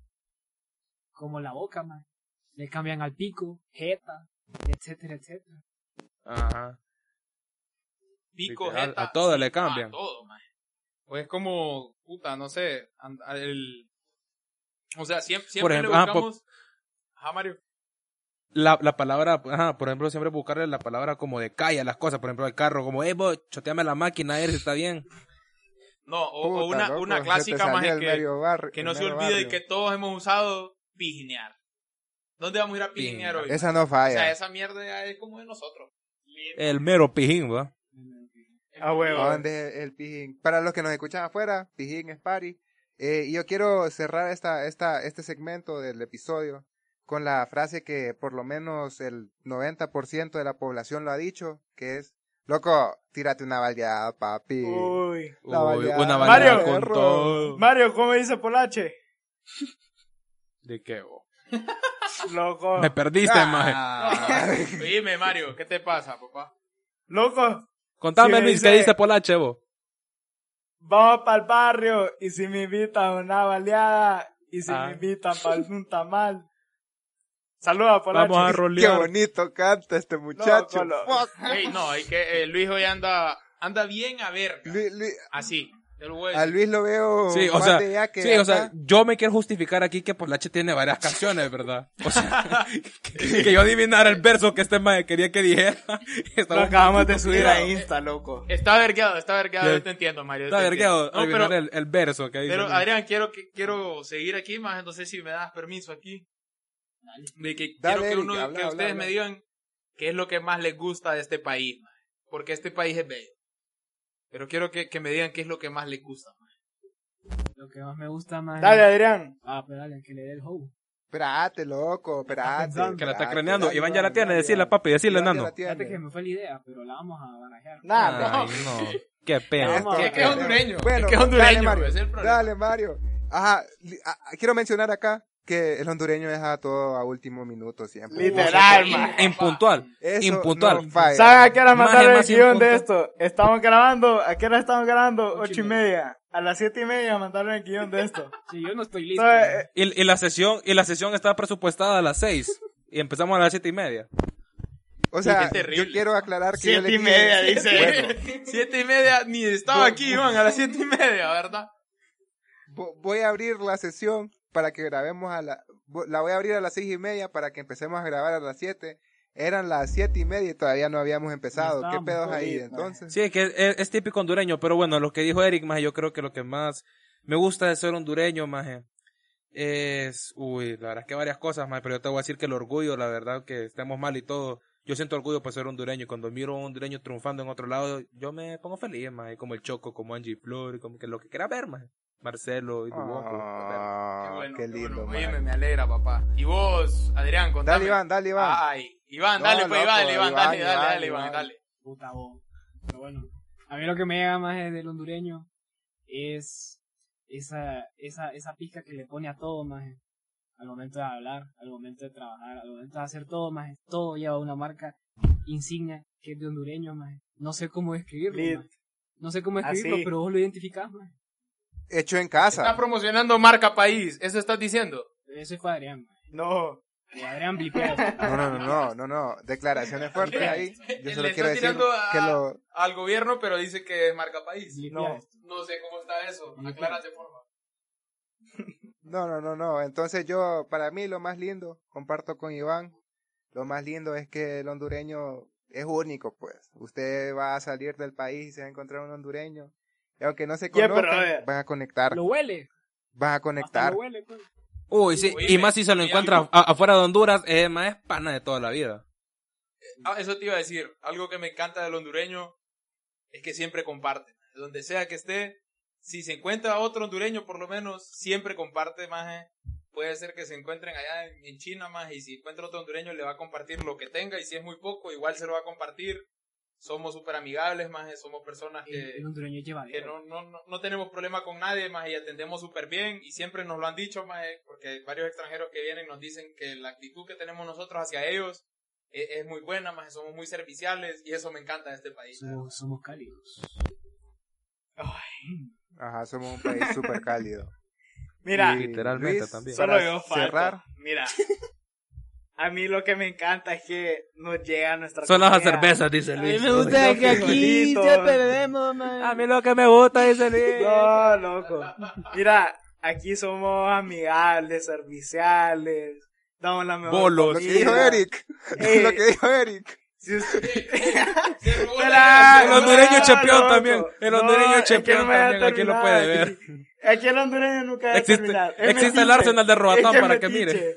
como la boca, maje. Le cambian al pico, jeta, etcétera, etcétera.
Ajá.
Pico,
Literal,
jeta,
a todo
sí,
le cambian.
A todo, man. Pues es como, puta, no sé, an- a- el... O sea, siempre, siempre
ejemplo,
le
ah, po-
buscamos... Ajá, Mario.
La, la palabra, ajá, por ejemplo, siempre buscarle la palabra como de calle a las cosas, por ejemplo, el carro, como, eh, vos, choteame la máquina, él está bien.
No, o, o
Puta,
una,
loco,
una
se te
clásica,
salió
más
el
que,
medio barrio-
que no
el
se
mero
olvide y
barrio.
que todos hemos usado, pijinear. ¿Dónde vamos a ir a pijinear hoy?
Esa no
o sea,
falla.
esa mierda ya es como de nosotros.
El mero pijín, ¿va?
A huevo.
Ah,
¿Dónde es el pijín? Para los que nos escuchan afuera, pijín es party. Eh, y yo quiero cerrar esta, esta, este segmento del episodio con la frase que por lo menos el 90% de la población lo ha dicho, que es, loco, tírate una baleada, papi.
Uy.
La
Uy,
baleada,
una
Mario.
baleada con
perro.
todo.
Mario, ¿cómo dice Polache?
¿De qué, vos?
Loco.
Me perdiste,
Ah.
maje.
Dime, Mario, ¿qué te pasa, papá?
Loco,
Contame,
Sí,
Luis,
dice-
¿qué dice Polache, vos?
vamos para el barrio y si me invitan a una baleada y si
Ah.
me invitan para un tamal. Saludos, Polache.
Vamos
(laughs)
a
Qué
rolear.
bonito canta este muchacho.
Loco, loco.
Fuck.
Ey, no, es que eh, Luis hoy anda, anda bien a ver.
Lu- Lu-
Así, te lo voy a
a
decir.
Luis lo veo
Sí, o
más
sea,
de allá que
sí, o sea,
acá.
yo me quiero justificar aquí que Polache tiene varias canciones, ¿verdad?
(laughs)
O sea, (laughs) que, que yo adivinara el verso que este maje quería que dijera. (laughs) Estaba
Lo
un
acabamos de
poquito
subir
pillado.
a Insta, loco.
Está vergueado, está vergueado,
Ya.
yo te entiendo, Mario. yo
Está
te
vergueado
entiendo. No,
adivinar
pero,
el, el verso que dice.
pero
Luis.
Adrián, quiero, que- quiero seguir aquí más, entonces si me das permiso aquí. De que
Dale,
quiero que,
Eric,
uno,
habla,
que
habla,
ustedes
habla.
me digan qué es lo que más les gusta de este país, maje, porque este país es bello. Pero quiero que, que me digan qué es lo que más les gusta. maje.
Lo que más me gusta más.
(laughs)
Dale, Adrián.
Ah, pero dale, que le dé el hoe.
Espérate, loco, espérate.
que la está
espérate.
craneando.
Dale,
Iván ya la
Iván,
tiene,
dale,
decirle
Iván.
papi, decirle
Iván ya la
nano.
tiene.
Fíjate que me fue la idea, pero la vamos a barajear.
Nada.
Ay, no. Qué pena.
Vamos a
Que- que es
barajear.
hondureño,
Bueno,
que es hondureño,
dale,
pues,
Mario.
ese es el problema.
Dale, Mario. Ajá, li- a- a- quiero mencionar acá que el hondureño deja todo a último minuto siempre.
Literal,
Uy,
man.
Impuntual.
Eso
Impuntual.
no falla.
¿Saben a qué hora
Más
mandaron
de
el
más
guión de
cincuenta.
esto? Estamos grabando, ¿a qué hora estamos grabando?
Ocho y
Ocho y media. A las siete y media mandaron el guión de esto.
Sí, yo no estoy listo.
¿Sabe?
Y, y la sesión, y la sesión estaba presupuestada a las 6 y empezamos a las siete y media.
O sea,
Qué terrible.
yo quiero aclarar que yo le
Siete y
dije-
media, dice.
Bueno,
Siete y media, ni estaba aquí, Iván, a las siete y media, ¿verdad?
vo- voy a abrir la sesión para que grabemos a la... vo- La voy a abrir a las seis y media para que empecemos a grabar a las siete. Eran las siete y media y todavía no habíamos empezado. ¿Qué
estábamos
pedos ahí
jodidos,
entonces?
Sí, que es, es típico hondureño, pero bueno, lo que dijo Eric, maje, yo creo que lo que más me gusta de ser hondureño, maje, es, uy, la verdad es que varias cosas, maje, pero yo te voy a decir que el orgullo, la verdad, que estemos mal y todo, yo siento orgullo por ser hondureño, y cuando miro a un hondureño triunfando en otro lado, yo me pongo feliz, maje, como el Choco, como Angie Flor, como que lo que quiera ver, maje, Marcelo y Dubón,
Ah,
Qué bueno,
qué
qué
lindo,
bueno. Oye,
man.
me, me alegra, papá. Y vos, Adrián, contame.
Dale, Iván, dale, Iván.
Ay, Iván,
No,
dale, pues,
loco,
Iván, dale, Iván,
Iván,
dale, dale,
Iván,
dale, Iván,
Iván.
dale.
Puta vos. Pero bueno, a mí lo que me llega más es del hondureño es esa, esa, esa pizca que le pone a todo, maje. Al momento de hablar, al momento de trabajar, al momento de hacer todo, maje. Todo lleva una marca insignia que es de hondureño, maje. No sé cómo describirlo,
Lit.
maje. No sé cómo escribirlo,
Así.
pero vos lo identificás, maje.
Hecho en
Estás
casa.
promocionando marca país, ¿eso estás diciendo?
Eso fue Adrián, maje.
No.
O Adrián Blipeo.
(laughs) No, no, no, no, no, no. Declaraciones
(laughs)
fuertes ahí. Yo
Le
solo
está
quiero decir
tirando a-
que lo...
Al gobierno, pero dice que es marca país.
Blipea.
No sé cómo está eso, aclárate, por favor.
No, no, no, no. Entonces yo, para mí lo más lindo, comparto con Iván, lo más lindo es que el hondureño es único, pues. Usted va a salir del país y se va a encontrar un hondureño. Y aunque no se
Yeah,
conozca,
pero, eh,
van a conectar,
Lo huele.
van a
Hasta
conectar.
lo huele, pues.
Uy, sí,
Oíme,
y más si se lo
y
encuentra
algo-
a- afuera de Honduras, es más es pana de toda la vida.
Ah, eso te iba a decir, algo que me encanta del hondureño es que siempre comparte. Donde sea que esté, si se encuentra otro hondureño, por lo menos, siempre comparte más. Puede ser que se encuentren allá en, en China más y si encuentra otro hondureño le va a compartir lo que tenga y si es muy poco, igual se lo va a compartir. Somos súper amigables más, somos personas
El,
que,
Eh, el hondureño lleva
que no, no, no, no tenemos problema con nadie más y atendemos súper bien y siempre nos lo han dicho más, porque varios extranjeros que vienen nos dicen que la actitud que tenemos nosotros hacia ellos e- es, muy buena, más somos muy serviciales y eso me encanta de este país.
Somos, somos cálidos.
Ajá, somos un país súper cálido.
(laughs) Mira,
Y,
Literalmente
Luis,
también.
solo
para
yo falto.
cerrar,
Mira. A mí lo que me encanta es que nos llega nuestra
Son las
comida.
cervezas, dice Luis.
gusta que aquí siempre
bebemos, maje.
A mí lo que me gusta, dice Luis.
No, loco. Mira, aquí somos amigables, serviciales, damos la mejor
Bolos.
lo que
comida.
dijo Eric, (laughs)
Eh.
lo que dijo Eric.
(laughs)
Si usted- (laughs)
Se robó la idea,
Espera,
El
se robó la
hondureño
idea.
es champión
loco.
también. El hondureño es
es que
champión
me deja
también, aquí lo
terminar.
puede ver.
Aquí- Aquí el hondureño nunca debe
Existe-
terminar. Es
existe el
metiche.
Arsenal de Roatán
Es que es
para que mire.
metiche.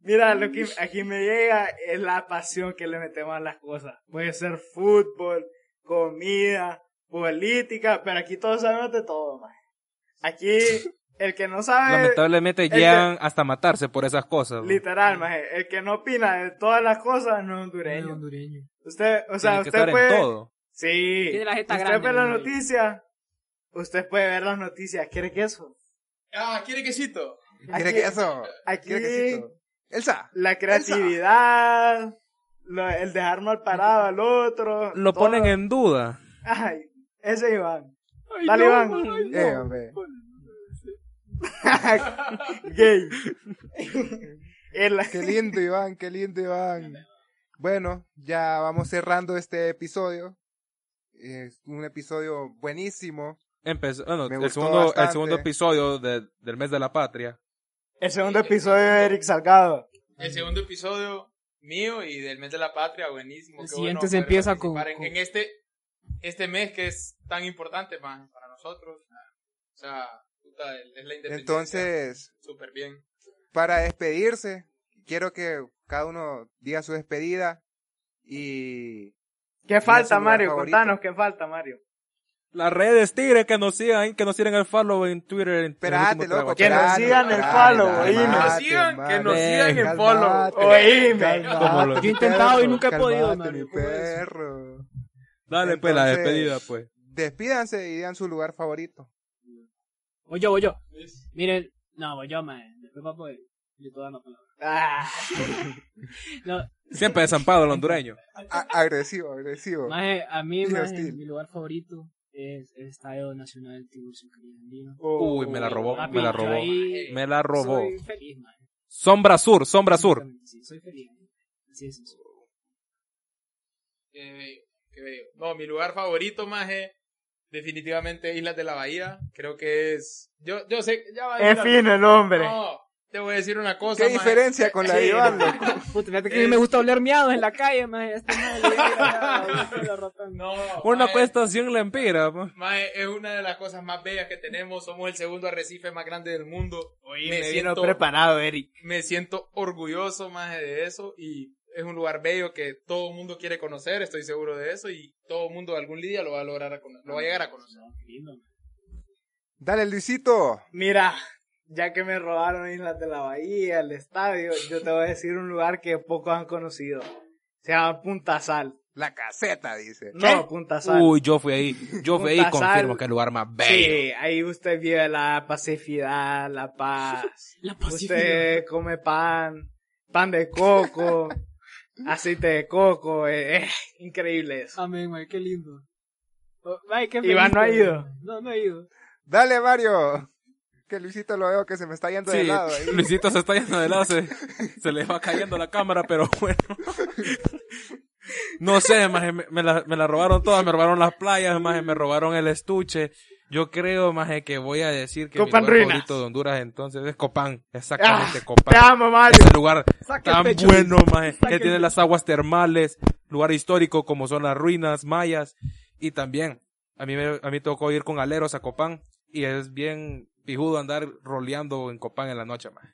Mira, lo que aquí me llega es la pasión que le metemos a las cosas. Puede ser fútbol, comida, política, pero aquí todos sabemos de todo, más. Aquí, el que no sabe,
Lamentablemente
el que-
llegan hasta matarse por esas cosas. güey.
literal, maje, el que no opina de todas las cosas no es hondureño.
hondureño.
Usted, o
Tiene
sea,
que
usted
estar en
puede...
todo.
Sí.
Tiene la jeta
usted
grande,
ve las
hombre.
noticias, usted puede ver las noticias. ¿Quiere que eso?
Ah, ¿quiere quesito?
¿Quiere
Aquí-
que eso?
Aquí
¿Quiere quesito? Elsa.
la creatividad, lo- el dejar mal parado al otro.
Lo
todo.
ponen en duda.
Ay, ese Iván. Dale, Iván.
Eh, hombre.
Gay. El-
Qué lindo, Iván, qué lindo, Iván. Bueno, ya vamos cerrando este episodio. Es un episodio buenísimo.
Empezó, bueno,
Me
el
gustó
segundo, el
bastante.
segundo episodio de- del mes de la patria.
El segundo episodio de Eric Salgado.
El segundo episodio mío y del mes de la patria, buenísimo.
El
qué
siguiente
bueno
se
poder
empieza con-
participar En,
con-
en este, este mes que es tan importante man, para nosotros. O sea, puta, es la independencia.
Entonces,
Súper bien.
para despedirse, quiero que cada uno diga su despedida y
¿Qué
es su
falta,
lugar
Mario?
favorito.
Contanos qué falta, Mario.
Las redes tigres que nos sigan, que nos sigan el follow en Twitter. En
Esperate, loco.
Que nos
no
espérate. sigan el follow,
Que
oíme.
nos
Mate,
sigan, que nos
mate.
sigan en follow.
Oíme.
(laughs)
Yo
he intentado y nunca he podido, Mario,
mi
¿cómo es?
perro.
Dale, pues, la
Entonces,
despedida, pues.
Despídanse y digan su lugar favorito.
Voy yo, voy yo. Miren, no, voy yo, mae. Después va por Yo toda no palabra.
Ah,
No,
Siempre de San Pablo, el hondureño.
A- agresivo, agresivo.
mae, a mí,
Qué
mae,
hostil.
mi lugar favorito es el Estadio Nacional Tiburcio Querido Andino.
Uy, me la robó,
Papi,
me la
yo
robó.
ahí
Me la robó.
Soy feliz, mae.
Sombra Sur, Sombra Sur.
Exactamente, Sí, soy feliz. Así es. eso.
Qué bello, qué bello. Eh, No, mi lugar favorito, maje, definitivamente Islas de la Bahía. Creo que es. Yo, yo sé, ya va a
es
decir
fino
algo.
el hombre.
No, te voy a decir una cosa.
¿Qué
maje.
diferencia con la de Iván? loco?
Puta, fíjate
Eh,
que a mí me gusta oler miados en la calle, mae. Este mae le voy a ir (laughs) a la- la ratón.
No,
Una
maje,
estación lempira, pues.
maje, es una de las cosas más bellas que tenemos. Somos el segundo arrecife más grande del mundo.
Oye,
me
me vino
siento-
preparado, Eric.
Me siento orgulloso, maje, de eso. Y es un lugar bello que todo el mundo quiere conocer, estoy seguro de eso. Y todo el mundo algún día lo va a lograr, a cono- lo va a llegar a conocer.
No, qué lindo, mae.
Dale, Luisito.
Mira, ya que me robaron Islas de la Bahía, el estadio, yo te voy a decir un lugar que pocos han conocido. Se llama Punta Sal.
La caseta, dice.
No, Punta Sal.
Uy, yo fui ahí. Yo fui ahí y
Punta Sal.
confirmo que es el lugar más bello.
Sí, ahí usted vive la pacificidad, la
(laughs)
paz.
La pacificidad.
usted come pan, pan de
(laughs)
coco, aceite de coco, eh, eh, increíble eso.
Amén, mae, qué lindo. Oh, Mae, qué feliz,
Iván no ha
mae.
ido.
No, no ha ido.
Dale, Mario. Que Luisito lo veo que se me está yendo de
Sí,
lado.
(laughs)
ahí.
Luisito se está yendo de lado, se, se le va cayendo la cámara, pero bueno. No sé, maje, me, me la, me la robaron todas, me robaron las playas, maje, me robaron el estuche. Yo creo, maje, que voy a decir que
Copán
mi lugar
Ruinas.
favorito de Honduras entonces es Copán,
Ah,
exactamente
te
Copán.
amo, Mario.
Ese lugar
(laughs)
Saca el
tan
pecho,
bueno,
Luis.
maje,
Saca
que
el
tiene
pecho.
las aguas termales, lugar histórico como son las ruinas mayas y también a mí me, a mí tocó ir con aleros a Copán y es bien pijudo andar roleando en Copán en la noche, maje.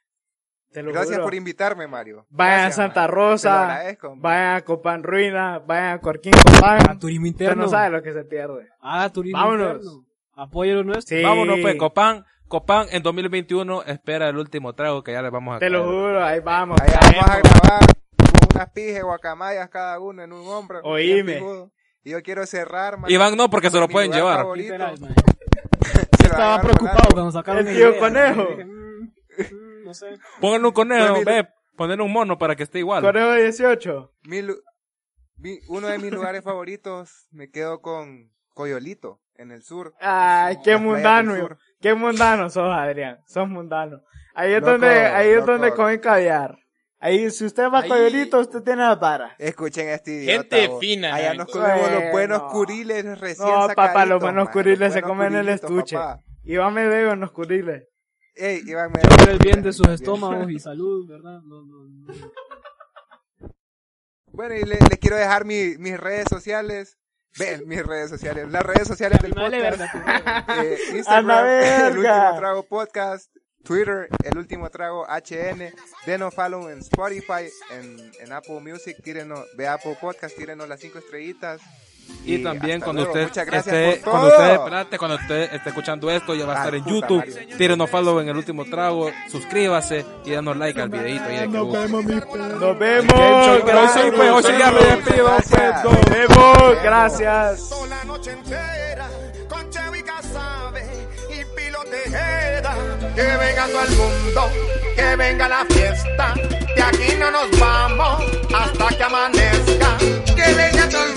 Te lo
Gracias
juro.
por invitarme, Mario.
Vayan
Gracias,
a Santa
Mario. Te lo
Rosa,
agradezco, hombre.
vayan a Copán Ruina, vayan a Corquín Copán.
A turismo
Usted
interno.
no sabe lo que se pierde.
Ah, turismo
Vámonos.
interno. Apoyo lo nuestro.
Sí.
Vámonos pues, Copán. Copán en 2021 espera el último trago que ya les vamos a
Te lo
traer.
juro, ahí vamos.
Allá vamos a
caemos.
grabar con unas pijes guacamayas cada uno en un hombro.
Oíme.
bien pijudo. Y yo quiero cerrar, Mario.
Iván no, porque se lo
Mi
pueden
lugar
llevar.
favorito.
Literal, mae.
Se lo va a
Estaba
llevar
preocupado
volando.
cuando sacaron
El
la
tío
idea. (laughs)
conejo.
Dije, mm, mm, no sé.
Pónganle un conejo,
Pues mira.
ve, poner un mono para que esté igual.
Conejo 18.
Mi lu- mi- uno de mis lugares favoritos me quedo con Coyolito, en el sur.
Ay, qué
Las playas del
mundano.
sur.
Qué mundano sos, Adrián. Sos mundano. Ahí es
Loco,
donde, ahí es donde
loco.
comen caviar. Ahí, si usted va a
Ahí-
Coyolito, usted tiene la para.
Escuchen a este idiota.
Gente
vos.
fina,
Allá
Naito.
nos comemos los
Bueno.
buenos curiles recién
No,
sacaditos.
papá, los buenos
man,
curiles
los
se
buenos
comen en el
curilitos,
estuche.
papá.
Iván me debe unos curiles.
Ey, Iván, me
Por el bien de sus estómagos y salud, ¿verdad? No, no, no.
Bueno, y le, le quiero dejar mi- mis redes sociales. Ven, mis redes sociales. Las redes sociales del
Vale,
(laughs)
podcast.
verdad.
Eh,
A la
Instagram, el
verga.
último trago podcast. Twitter, El Último Trago HN, denos follow en Spotify, en, en Apple Music, tírenos, ve Apple Podcast, tírenos las cinco estrellitas.
Y, también
hasta
cuando
luego.
usted,
Muchas gracias
esté,
por
cuando
todo.
usted, espérate, cuando usted esté escuchando esto, ya va a
Ah,
estar en
puta
YouTube.
madre.
Tírenos follow en el último trago, suscríbase y danos like al videito. ahí de que busca.
Nos vemos.
pero hoy soy, pues, hoy soy ya me despido,
Gracias.
pues, no.
Nos vemos. Gracias.
Toda la noche entera con Chevica sabe y pilotejera. Que venga todo el mundo, que venga la fiesta. Que aquí no nos vamos hasta que amanezca. Que venga todo el